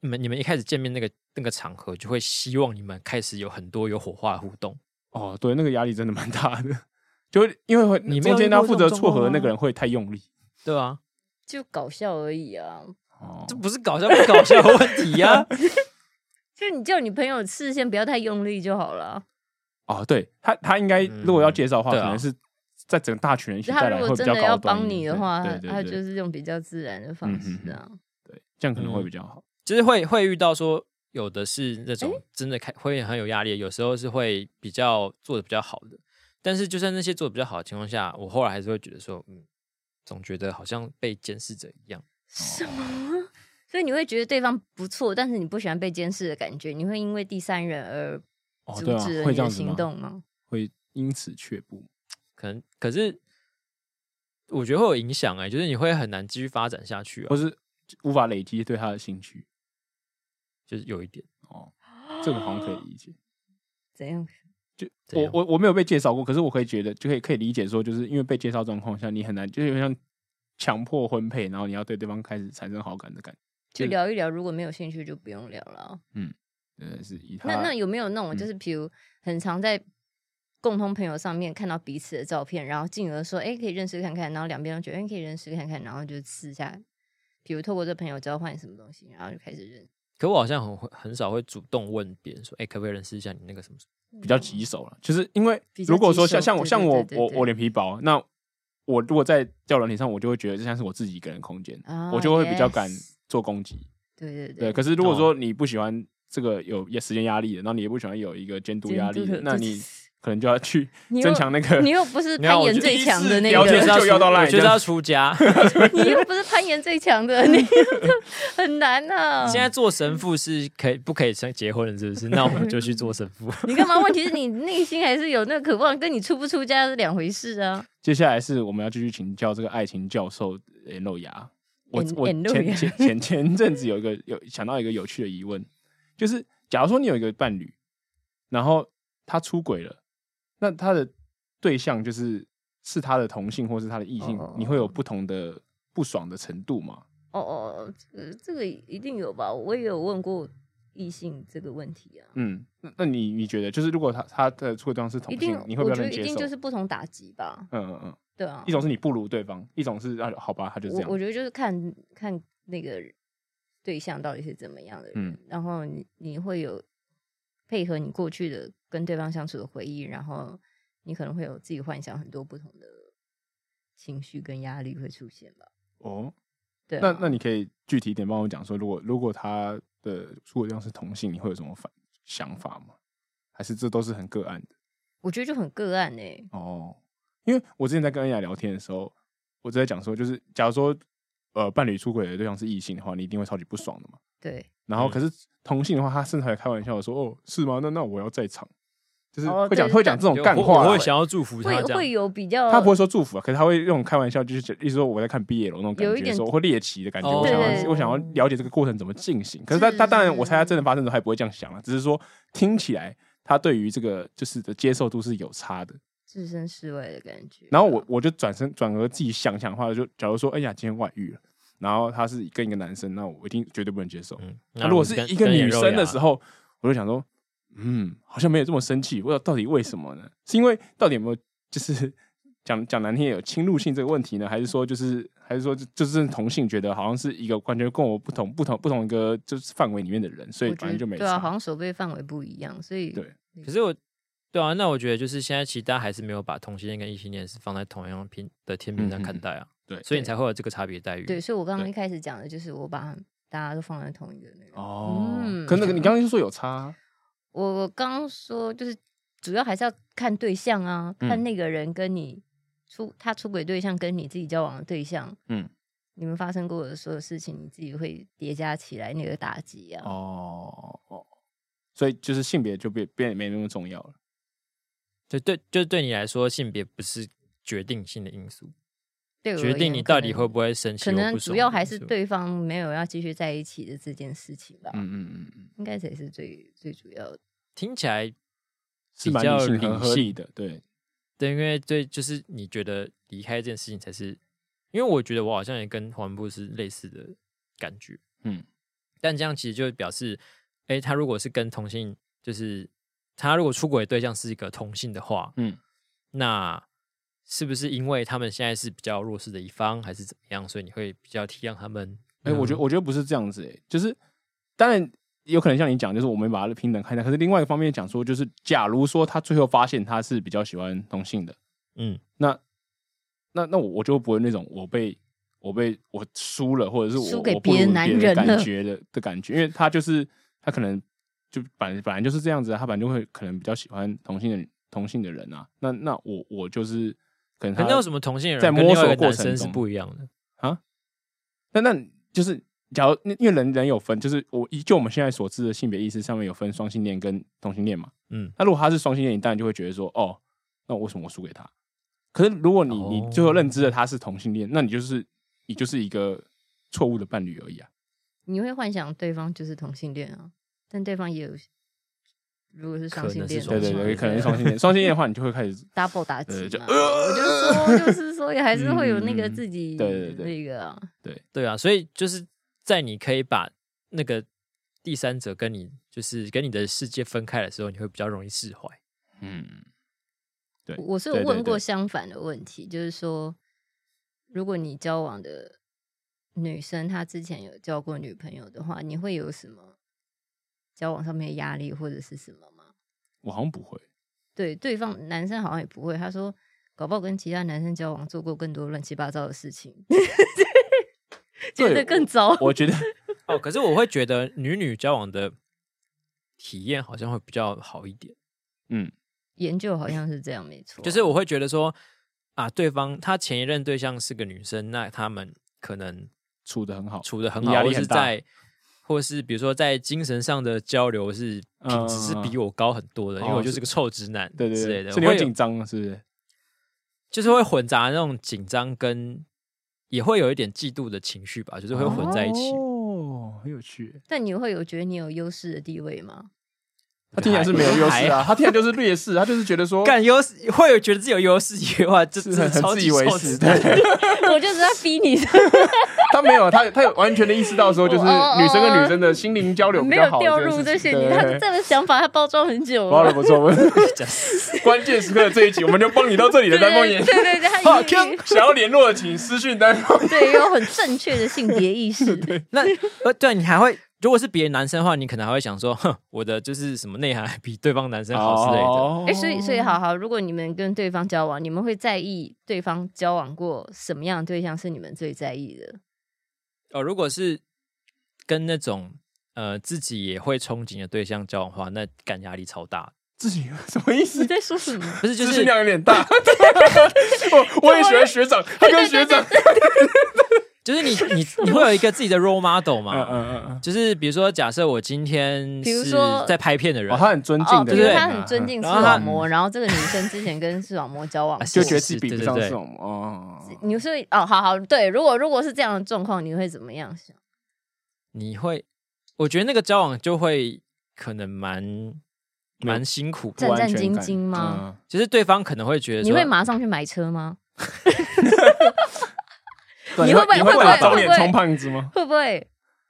你们你们一开始见面那个那个场合，就会希望你们开始有很多有火花的互动。
哦，对，那个压力真的蛮大的， 就会因为会
你没有
中间
遇过
他负责
这种
撮
状
合的
况
那
吗
个人会太用力。
对啊，
就搞笑而已啊！
哦
这，不是搞笑不搞笑的问题呀、啊。
就你叫你朋友视线不要太用力就好了。
哦，对他他应该
嗯
如果要介绍的话，
对
可
啊
能是在整个大群人一起
他
带
如
来会
果
比
真
较
的要
高端
帮
一
你
点
的话，
对对
他
对嗯
就是用比较自然的方式啊。
对，这样可能会
嗯
比较好。
就是会会遇到说，有的是那种真的开会很有压力，有时候是会比较做的比较好的，但是就算那些做的比较好的情况下，我后来还是会觉得说，嗯，总觉得好像被监视着一样。
什么？所以你会觉得对方不错，但是你不喜欢被监视的感觉，你会因为第三人而
哦，
阻
对啊，
止了
会
你
这
的
样子
行
吗？
动吗？
会因此却步。
可能可是我觉得会有影响哎、就是你会很难继续发展下去啊，
或是无法累积对他的兴趣。
就是有一点
哦，这个好像可以理解。
怎样？
就
怎
我
样
我我没有被介绍过，可是我可以觉得就可以可以理解说，就是因为被介绍状况下，你很难就是有点像强迫婚配，然后你要对对方开始产生好感的感觉。
就
对
聊一聊，如果没有兴趣就不用聊了啊。
呃，是以他
那那有没有那种
嗯
就是，比如很常在共同朋友上面看到彼此的照片，然后进而说，哎、可以认识看看，然后两边都觉得，哎、可以认识看看，然后就私下，比如透过这朋友交换什么东西，然后就开始认识。
可我好像很会很少会主动问别人说，哎、可不可以认识一下你那个什么什么？
比较棘手了，就是因为
比较
如果说
棘手
像像我
对
像我
对对对
我
对
我脸皮薄，那我如果在交友软体上，我就会觉得这像是我自己一个人的空间，
啊
我就会比较敢
yes
做攻击。
对对
对，
对，
可是如果说你不喜欢这个有时间压力的，然后你也不喜欢有一个监督
监
压
督
力的
的，
那
这
你可能就要去
你又
增强那 个
你又不是
你看
攀
我
岩
就
第
最
一
强
次
的那
了
我
解
觉
个
得是要
到
人，
就要到
出
烂
我觉得是要出家。
你又不是攀岩最 强的，你很难啊。
现在做神父是可以不可以生结婚了，是不是？那我们就去做神父。
你干嘛？问题是你内心还是有那个渴望，跟你出不出家是两回事啊。
接下来是我们要继续请教这个爱情教授颜露雅。我
颜
我
颜
前
露雅
前前前阵子有一个有想到一个有趣的疑问，就是假如说你有一个伴侣，然后他出轨了，那他的对象就是是他的同性或是他的异性，
哦
你会有不同的不爽的程度吗？
哦哦，这个这个一定有吧？我也有问过异性这个问题啊，
嗯，那那你你觉得就是如果他他的出轨对象是同
一
性
定，，
你会
我
不
觉
会
得
能
一
接
定
受？
就是不同打击吧，
嗯嗯嗯，
对啊
一。种是你不如对方，一种是啊好吧，他就这
我
样
我。觉得就是看看那个对象到底是怎么样的人，
嗯
然后你你会有配合你过去的跟对方相处的回忆，然后你可能会有自己幻想很多不同的情绪跟压力会出现吧。
哦，
对啊、
那那你可以具体一点帮我讲说，如果如果他的出轨对象是同性，你会有什么反想法吗？还是这都是很个案的？
我觉得就很个案哎、
哦，因为我之前在跟恩雅聊天的时候，我就在讲说，就是假如说呃伴侣出轨的对象是异性的话，你一定会超级不爽的嘛。
对，
然后
嗯
可是同性的话，他甚至还开玩笑地说：“哦，是吗？那那我要在场。”就是
哦
会讲、
对
会讲这种
就
干
我
话啊
我
啦
会，想要祝福
会
他这
会
样。
有比较，
他不会说祝福啊，可是他会用开玩笑，就是意思说我在看 BL 那种感
有一
觉，
点
说我会猎奇的感觉，
哦
我想
对
要我想要了解这个过程怎么进行。可是他
是
他当然，
是
我猜他真的发生的时候还不会这样想了，啊只是说听起来他对于这个就是的接受度是有差的。
置身事外的感觉。啊
然后我我就转身转而自己想想的话，就假如说哎呀今天外遇了，然后他是跟一个男生，那我一定绝对不能接受。
嗯，
啊那如果是
跟
一个女生的
跟眼
时，
肉
候，我就想说，嗯，好像没有这么生气，我到底为什么呢？是因为到底有没有就是 讲讲难听点有侵入性这个问题呢？还是说就是还是说就就是同性觉得好像是一个完全跟我不同不同不同一个就是范围里面的人，所以
我觉
反正
得
就没
对啊，好
差。
像守备范围不一样，所以
对
牙可是我，对啊，那我觉得就是现在其实大家还是没有把同性恋跟异性恋是放在同样平的天平上看待啊，
嗯嗯嗯对
所以你才会有这个差别待遇。
对，所以我刚刚
对
一开始讲的就是我把大家都放在同一个那个。
哦，
嗯
可那个你刚刚就说有差啊，
我刚说就是主要还是要看对象啊，
嗯
看那个人跟你出他出轨对象跟你自己交往的对象，
嗯，
你们发生过的所有事情，你自己会叠加起来那个打击啊。
哦哦，所以就是性别就变变得没那么重要了。
就对，就对你来说，性别不是决定性的因素，
对我而
决
言，
定你
可
到底
能
会不会生气
可
或不
能
爽
主
的
要
因
还是
素
对方没有要继续在一起的这件事情吧，
嗯嗯嗯嗯，
应该才是最最主要的。
听起来
是
比
蛮
较
理性
理
和合
性
理的，对。
对，因为对，就是你觉得离开这件事情才是，因为我觉得我好像也跟黄部是类似的感觉，
嗯，
但这样其实就表示，哎，他如果是跟同性，就是他如果出轨的对象是一个同性的话，
嗯，
那是不是因为他们现在是比较弱势的一方，还是怎么样，所以你会比较体谅他们？
哎、我觉
得
得我觉得不是这样子、哎，就是当然有可能像你讲，就是我们把它的平等看待，可是另外一个方面讲说，就是假如说他最后发现他是比较喜欢同性的，
嗯，
那那那我我就不会那种我被我被我输了，或者是我
输给
我不如
别的男
别人
人了
感觉的的感觉，因为他就是他可能就本本来就是这样子、啊，他本来就会可能比较喜欢同性的同性的人啊，那那我我就是可能
可
他
能有什么同性人
在
跟另外
摸
一
索
个
过
男
程
生是
中
不一样的，
那那就是，假如因为人人有分，就是我依就我们现在所知的性别意识上面有分双性恋跟同性恋嘛。
嗯，
那如果他是双性恋，你当然就会觉得说，哦，那为什么我输给他？可是如果你
哦
你最后认知了他是同性恋，那你就是你就是一个错误的伴侣而已啊。
你会幻想对方就是同性恋啊，但对方也有，如果是
可
双
能
性
是双
对
恋的话，
对
性
对，
恋
可能是双性恋，双性恋的话，你就会开始
double 打击
对就呃
嘛。我就说，就是说，也还是会有那个
嗯
自己
对对对
那个啊
对啊，所以就是在你可以把那个第三者跟你就是跟你的世界分开的时候，你会比较容易释 怀。
嗯，对，
我是有
对对
问过
对
相反的问题，就是说，如果你交往的女生她之前有交过女朋友的话，你会有什么交往上面的压力或者是什么吗？
我好像不会。
对，对方男生好像也不会，他说搞不好跟其他男生交往做过更多乱七八糟的事情， 觉得
对
更糟。
我觉得
哦，可是我会觉得女女交往的体验好像会比较好一点。
嗯，
研究好像是这样，没错。
就是我会觉得说啊，对方他前一任对象是个女生，那他们可能
处的很好，
处的很好，
压力
或是
很大
在或是比如说在精神上的交流是品质是
嗯嗯嗯
比我高很多的，因为
哦
我就是是个臭直男
对对
之类
对，
的，
所以你会
有
紧张是不是？
就是会混杂那种紧张跟也会有一点嫉妒的情绪吧，就是会混在一起。
哦，很有趣。
但你会有觉得你有优势的地位吗？
他听起来是没有优势
还
啊，他听起来就是劣势，他就是觉得说
干优势会有觉得自己有优势以外，这
是
这
很
超
很自
级
以为
臭直
是，对
男。，
我就是在逼你，
他没有，他他有完全的意识到说，就是女生跟女生的心灵交流比
哦 没
较
有
好，
掉入这些，你他这个想法他包装很久
包的
了。
不错。 关键时刻的这一集，我们就帮你到这里的
对
丹凤
对
眼
对。对，对他
好
一定
想要联络的请私讯丹凤。
对有很正确的性别意 识。
那呃，对你还会，如果是别的男生的话，你可能还会想说，哼，我的就是什么内涵比对方男生好之类的。
哦
哎、所以所以好好，如果你们跟对方交往，你们会在意对方交往过什么样的对象是你们最在意的？
哦，如果是跟那种呃自己也会憧憬的对象交往的话，那感压力超大。
自己什么意
你
思？
在说什么？
不是，就
资
是
讯量有点大。 我我也喜欢学长，他跟学长，
就是 你你你会有一个自己的 role model
嗯
嘛？
嗯嗯
就是比如说，假设我今天
比如
是
说
在拍片的人，
哦，他很尊敬
哦，
的
比如
人啊，
他很尊敬视
然后他
网
嗯
膜，然后这个女生之前跟视网膜交往
啊
过，
就
就
觉得自己比不上
是
这
是
种哦。
你是哦，好好对，如果如果是这样的状况，你会怎么样想？
你会，我觉得那个交往就会可能蛮蛮辛苦的，
战战兢兢
嗯
吗？
就是对方可能会觉得
你
说
会马上去买车吗？
不安全感？嗯对
你会不会
你
会不会
把早脸
会不会
充胖子吗？
会不会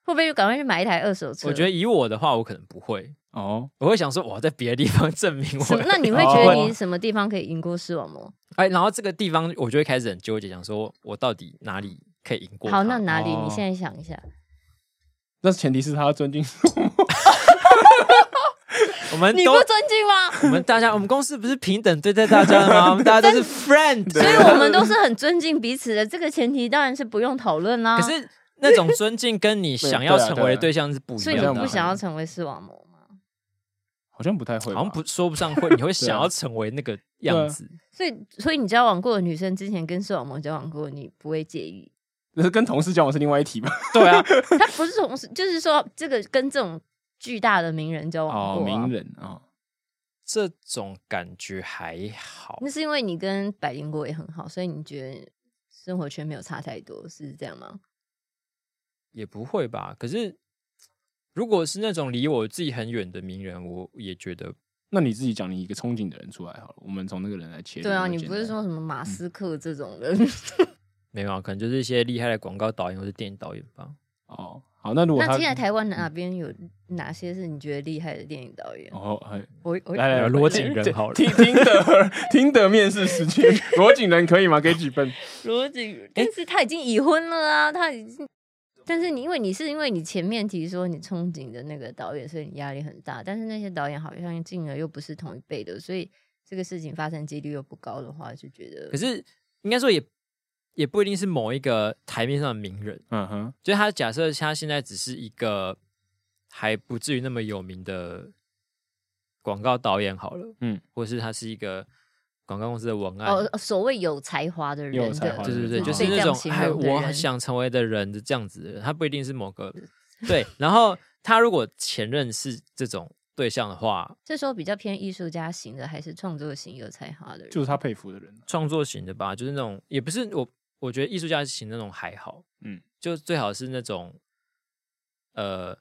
会不会就赶快去买一台二手车？
我觉得以我的话，我可能不会，
哦，
我会想说我在别的地方 证明
什
我
么。那 你会
哦
觉得你什么地方可以赢过视网膜？
哎，然后这个地方我就会开始很纠结，想说我到底哪里可以赢过他
好，那哪里？
哦
你现在想一下，
那前提是他要尊敬。
我们
你
都
不尊敬吗？
我们大家我们公司不是平等对待大家的吗？我们大 家都是 friend，
所以我们都是很尊敬彼此的，这个前提当然是不用讨论啦。
可，是那种尊敬跟你想要
对啊
成为
对
的
啊
对象是不一
所以
样
你
的啊，
这样
不想要成为视网膜吗？
好像不太会吧，
好像不说不上会，你会
啊
想要成为那个样子。
所以，所以你交往过的女生之前跟视网膜交往过，你不会介意？
就是跟同事交往是另外一题吧？
对啊，
他不是同时，就是说这个跟这种巨大的名人交往 过、啊
哦，名人啊，
这种感觉还好
那。是因为你跟百灵果也很好，所以你觉得生活圈没有差太多，是这样吗？
也不会吧？可是如果是那种离我自己很远的名人，我也觉得
那你自己讲你一个憧憬的人出来好了，我们从那个人来切入。
对
那
啊，
么
你
简
不
单
是说什么马
嗯
斯克这种人？
没有啊，可能就是一些厉害的广告导演或是电影导演吧。
哦？好，那如果
那
他
现在台湾哪边有哪些是你觉得厉害的电影导演？
哦，哎
我我
来来来，
罗景仁好了
听听的听的面试时 间，罗景仁可以吗？给几分？
罗景，但是他已经已婚了啊，他已经。但是你因为你是因为你前面提说你憧憬的那个导演，所以你压力很大。但是那些导演好像进而又不是同一辈的，所以这个事情发生几率又不高的话，就觉得
可是应该说也也不一定是某一个台面上的名人，
嗯哼，
就是他假设他现在只是一个还不至于那么有名的广告导演好了，
嗯，
或是他是一个广告公司的文案。
哦，所谓有才华的人
有才
的，
华的
对
人
对对，
嗯
就是
被
那
这样
种
形
哎，
容的
我
人
想成为的人的这样子的人，他不一定是某 个对。然后他如果前任是这种对象的话，
这时候比较偏艺术家型的，还是创作型有才华的人？
就是他佩服的人，
创作型的吧，就是那种也不是我，我觉得艺术家型那种还好，
嗯，
就最好是那种呃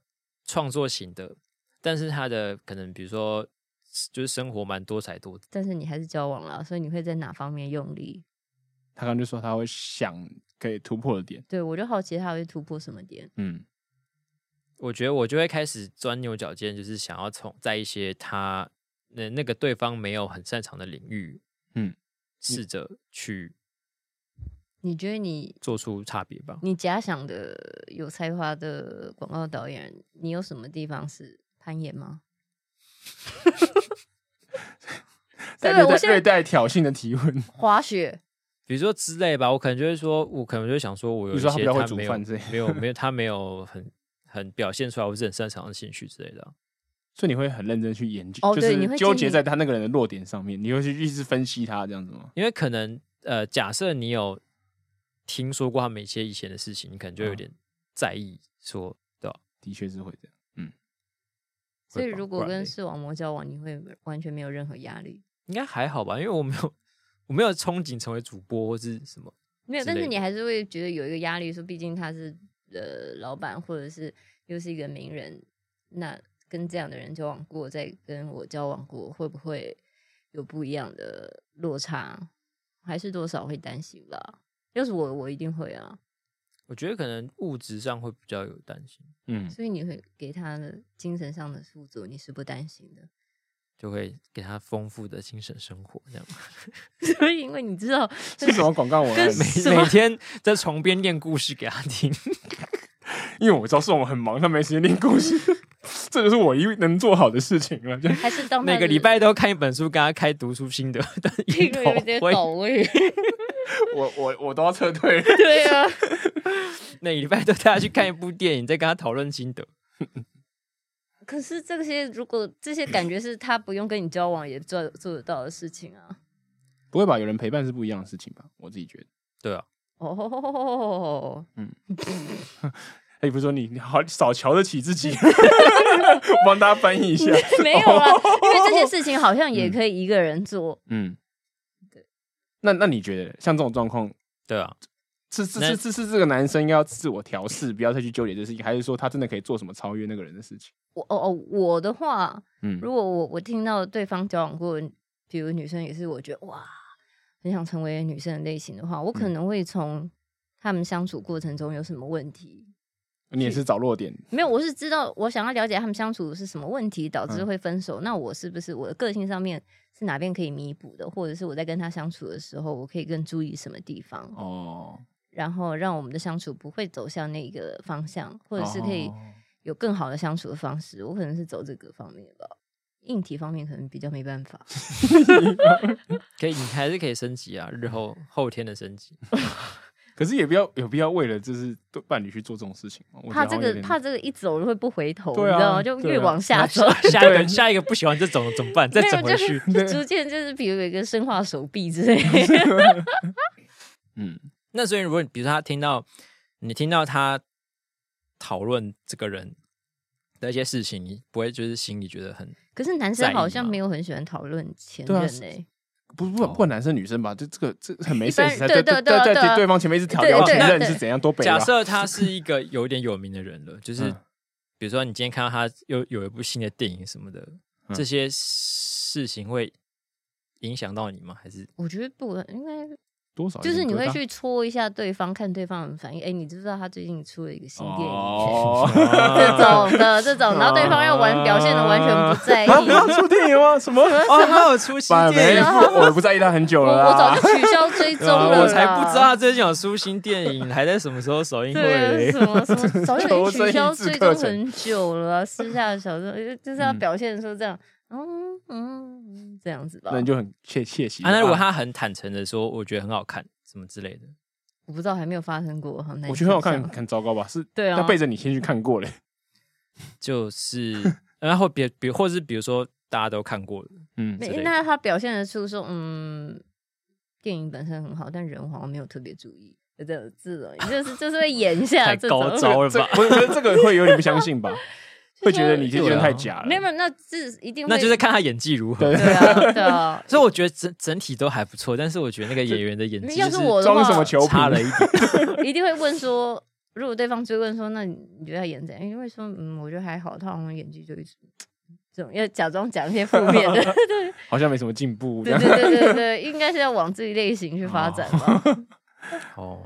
创作型的，但是他的可能比如说就是生活蛮多彩多姿，
但是你还是交往了，所以你会在哪方面用力？
他刚刚就说他会想可以突破的点，
对我就好奇他会突破什么点？
嗯，
我觉得我就会开始钻牛角尖，就是想要从在一些他那那个对方没有很擅长的领域，
嗯，
试着去
你觉得你
做出差别吧。
你假想的有才华的广告导演，你有什么地方是攀岩吗？
带
对
略
我
带
现在
略带挑衅的提问，
滑雪，
比如说之类吧，我可能就会说，我可能就会想说，我有
你
一
说他
些
比较会
他
煮
没有
饭之类的
没有没有他没有很很表现出来，我是很擅长的兴趣之类的啊。
所以你会很认真去研究，
哦
就
对
是
你会
纠
经
结
营
在他那个人的弱点上面，你会去一直分析他这样子吗？
因为可能呃，假设你有听说过他们一些以前的事情，你可能就
嗯
有点在意说，对吧？
的确是会这样，嗯。
所以
会吧
如果
不然
跟
嘞
视网膜交往，你会完全没有任何压力。
应该还好吧，因为我没有我没有憧憬成为主播或是什么。
没有，
之
但是
类
你
的
还是会觉得有一个压力，说毕竟他是呃老板，或者是又是一个名人，那跟这样的人交往过，再跟我交往过，会不会有不一样的落差？还是多少会担心吧。要是我，我一定会啊。
我觉得可能物质上会比较有担心，
嗯，
所以你会给他的精神上的富足，你是不担心的。
就会给他丰富的精神生活， 这样
所以因为你知 道，
是什么广告文案
跟
呢？
什
每
么
每天在床边念故事给他听。
因为我知道是我们很忙，他没时间念故事， 这就是我一能做好的事情了。这样
还是当 他
每个
是
礼拜都看一本书，跟他开读书心得的
这
研
个
讨
有点
会。
倒位，
我我我都要撤退了。
对啊，
每礼拜都带他去看一部电影，再跟他讨论心得。
可是这些如果这些感觉是他不用跟你交往也做做得到的事情啊。
不会吧？有人陪伴是不一样的事情吧？我自己觉得。
对啊，
哦，
哎，不是说你你好少瞧得起自己， 我帮大家翻译一下。
没有啦，因为这些事情好像也可以一个人做。
嗯，那那你觉得像这种状况，
对啊，
是是
那
是是是这个男生应该要自我调试，不要再去纠结这事情，还是说他真的可以做什么超越那个人的事情？
我哦哦，我的话，
嗯
如果我我听到对方交往过，比如女生也是，我觉得哇，很想成为女生的类型的话，我
嗯
可能会从他们相处过程中有什么问题。
你也是找弱点，
没有，我是知道我想要了解他们相处是什么问题导致
嗯
会分手。那我是不是我的个性上面是哪边可以弥补的，或者是我在跟他相处的时候，我可以更注意什么地方？
哦，
然后让我们的相处不会走向那个方向，或者是可以
哦
有更好的相处的方式。我可能是走这个方面吧，硬体方面可能比较没办法。
可以，你还是可以升级啊，日后后天的升级。
可是也不要有必要为了就是对伴侣去做这种事情吗，我觉得
怕
好
这
像有
个
点
怕这个一走会不回头，
对啊
你知道吗？就
对啊
越 往下走，
下一个下一个不喜欢这种怎么办？再
没有
整回
就
去
是。 就逐渐就是比如有一个生化手臂之类的。
嗯
那所以，如果你比如说他听到你听到他讨论这个人的一些事情，你不会就是心里觉得很
可是男
在
生
意
好像
吗
没有很喜欢讨论前
对啊
任欸
是
呢、
不
哦
不不管男生女生吧，这这个这很没
一般
sense，在
对
在
对对
在
对
在
对
对方前面一直挑
对
挑
对
前
对
任
对
是怎样都北啊
假
吧。
设他是一个有点有名的人了， 就是
嗯
比如说你今天看到他又有一部新的电影什么的，
嗯
这些事情会影响到你吗？还是
我觉得不，应该
多少有
就
点
是你会
疙瘩
去戳一下对方，看对方的反应。哎、你知不知道他最近出了一个新电影？
哦，
这种的这种，然后对方要玩表现的完全不在 意。
啊，不要出电影吗？什么？
哦，他有出新
把
电
没，
影，啊
我不在意他很久
我
了
啊我早
啦。
就取消追踪
啊
了啦、
我才不知道他最近有出新电影，还在什么时候首映会
对啊，
嘞？
什么什 么，早就已经取消
求生意志
追
课
踪
程
很久了啊、私下的小时候呃就是要
嗯
表现说这样，嗯嗯，这样子吧
那。你就很窃窃喜。
啊，那如果他很坦诚的说，我觉得很好看，什么之类的，
我不知道还没有发生过，好难
我觉得很好看，
想象
很糟糕吧？是，
对啊
他背着你先去看过嘞。
就是，然后别别，或是比如说大家都看过了，
嗯
之类
没，
的
那他表现得出说，嗯，电影本身很好，但人好像没有特别注意，有这种这种，就是就是会 演一下
太
啊这
高
种。
招了
这
吧？
不是，可是这个会有点不相信吧？会觉得你这
对啊
些人太假了。
没有没有，那这一定会
那就是看他演技如何。
对啊对啊
。所以我觉得整整体都还不错，但是我觉得那个演员的演技
要
就是
我的
装
话，
什么球瓶
差了一点。
一定会问说，如果对方追问说，那你觉得他演怎样？因为说，嗯，我觉得还好，他好像演技就一直这种，要假装讲一些负面的，
好像没什么进步。这
对
样
对对对对，应该是要往这一类型去发展吧。
哦，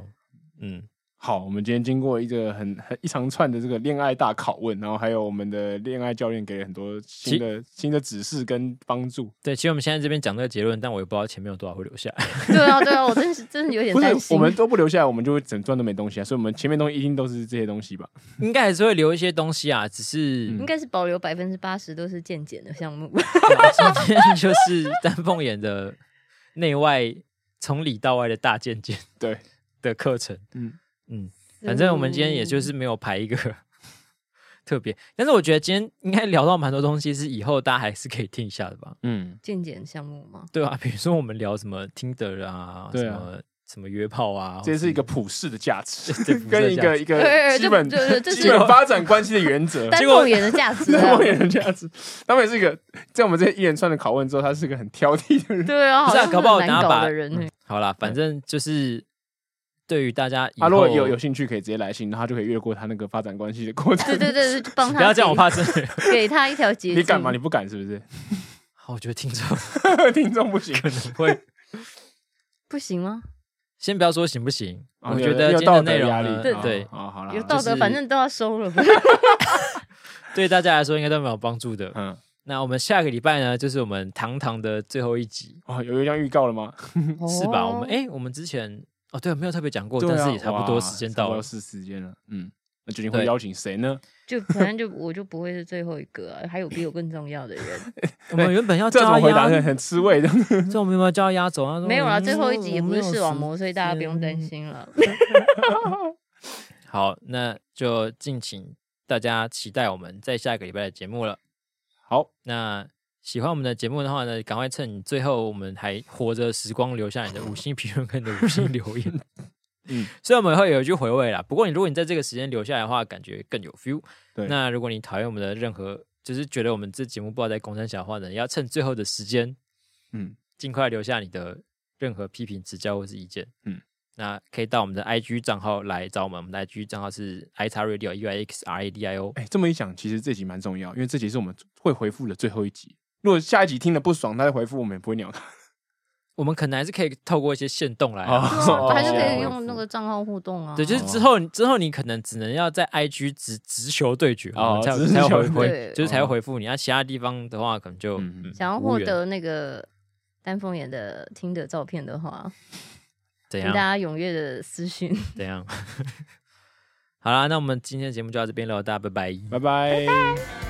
嗯，
好，我们今天经过一个很很一长串的这个恋爱大拷问，然后还有我们的恋爱教练给了很多新的新的指示跟帮助。
对，其实我们现在这边讲这个结论，但我也不知道前面有多少会留下来。
对啊对啊，我真是真是有点
不
担
是，
心。
我们都不留下来，我们就会整段都没东西啊。所以，我们前面东西一定都是这些东西吧？
应该还是会留一些东西啊，只是
应该是保留百分之八十都是健检的项目，
今天就是丹凤眼的内外从里到外的大渐渐
对，
的课程。
嗯
嗯，反正我们今天也就是没有排一个特别。但是我觉得今天应该聊到蛮多东西，是以后大家还是可以听一下的 吧？
嗯，
健检项目吗？
对啊，比如说我们聊什么 Tinder 啊，
对
什
啊
么什么约炮啊，
这
或
是一个普世的价值
对 普世，的
跟一
价
个
值
一
对
个
对
呃基本
哎对对这
基
是
本发展关系的原 则。
单凤眼的价值
那
啊
我，也能这样子，他们也是一个在我们这一连串的拷问之后，他是个很挑剔的人。
对啊，
不
好
是啊
像
搞不好等
很难
下
搞
把
的 人哎呢
嗯。好啦，反正就是对于大家以
啊，
后
如果有有兴趣，可以直接来信，然后他就可以越过他那个发展关系的过程。
对对对，对就 帮他
不要这样，我
给
怕真 的。
给他一条捷径。
你敢吗？你不敢是不是？
好，我觉得听众
听众不行。
可能会
不行吗？
先不要说行不行，
啊
我
有
觉得
有
今天
道
的
德
内容
压力
呢，，
对
啊
对
啊，好了，好啦
有道
就
德，
是
反正都要收了。
对大家来说应该都蛮有帮助的。
嗯，
那我们下个礼拜呢，就是我们堂堂的最后一集，
哦，有有一张预告了吗？
是吧？我们
哎，
哎，我们之前哦，对，没有特别讲过，
对啊
但是也差不多
哇
时间
差不
到
多
了。
是时间了。嗯，那究竟会
对
邀请谁呢？
就反正就我就不会是最后一个啊，还有比我更重要的人。
我们原本要
这
叫
种
他
回答是
压，
很吃味的。
这 我们有没有叫他压走啊？
没有啦，
啊，
最后一集也不是
我没有
视网
时
膜，所以大家不用担
间
心了。
好，那就敬请大家期待我们在下个礼拜的节目了。
好，
那喜欢我们的节目的话呢，赶快趁你最后我们还活着的时光，留下你的五星评论跟你的五星留言。
嗯，
虽然我们会有一句回味啦，不过你如果你在这个时间留下来的话，感觉更有 feel。
对
那如果你讨厌我们的任何，就是觉得我们这节目不知道在公山小话呢，要趁最后的时间，
嗯，
尽快留下你的任何批评、指教或是意见。
嗯，
那可以到我们的 IG 账号来找我们，我们的 IG 账号是 i x radio u i x r a d i o。
哎，这么一想，其实这集蛮重要，因为这集是我们会回复的最后一集。如果下一集听的不爽，他再回复我们也不会鸟他。
我们可能还是可以透过一些线动来啊、
哦
什么
哦
还是
东西
可
来
以
回
用那
复
个账号互动啊。
对，就是之后之后你可能只能要在 IG 直直球对决，
哦
我们才
直球哦
才有回
对
回，就是才会回复你。那其他地方的话，可能就
嗯
嗯
想要
无
获
缘
得那个丹凤眼的听的照片的话，
怎
请大
样
家踊跃的私讯。
怎 样。好啦，那我们今天的节目就到这边了，大家拜拜。
拜拜。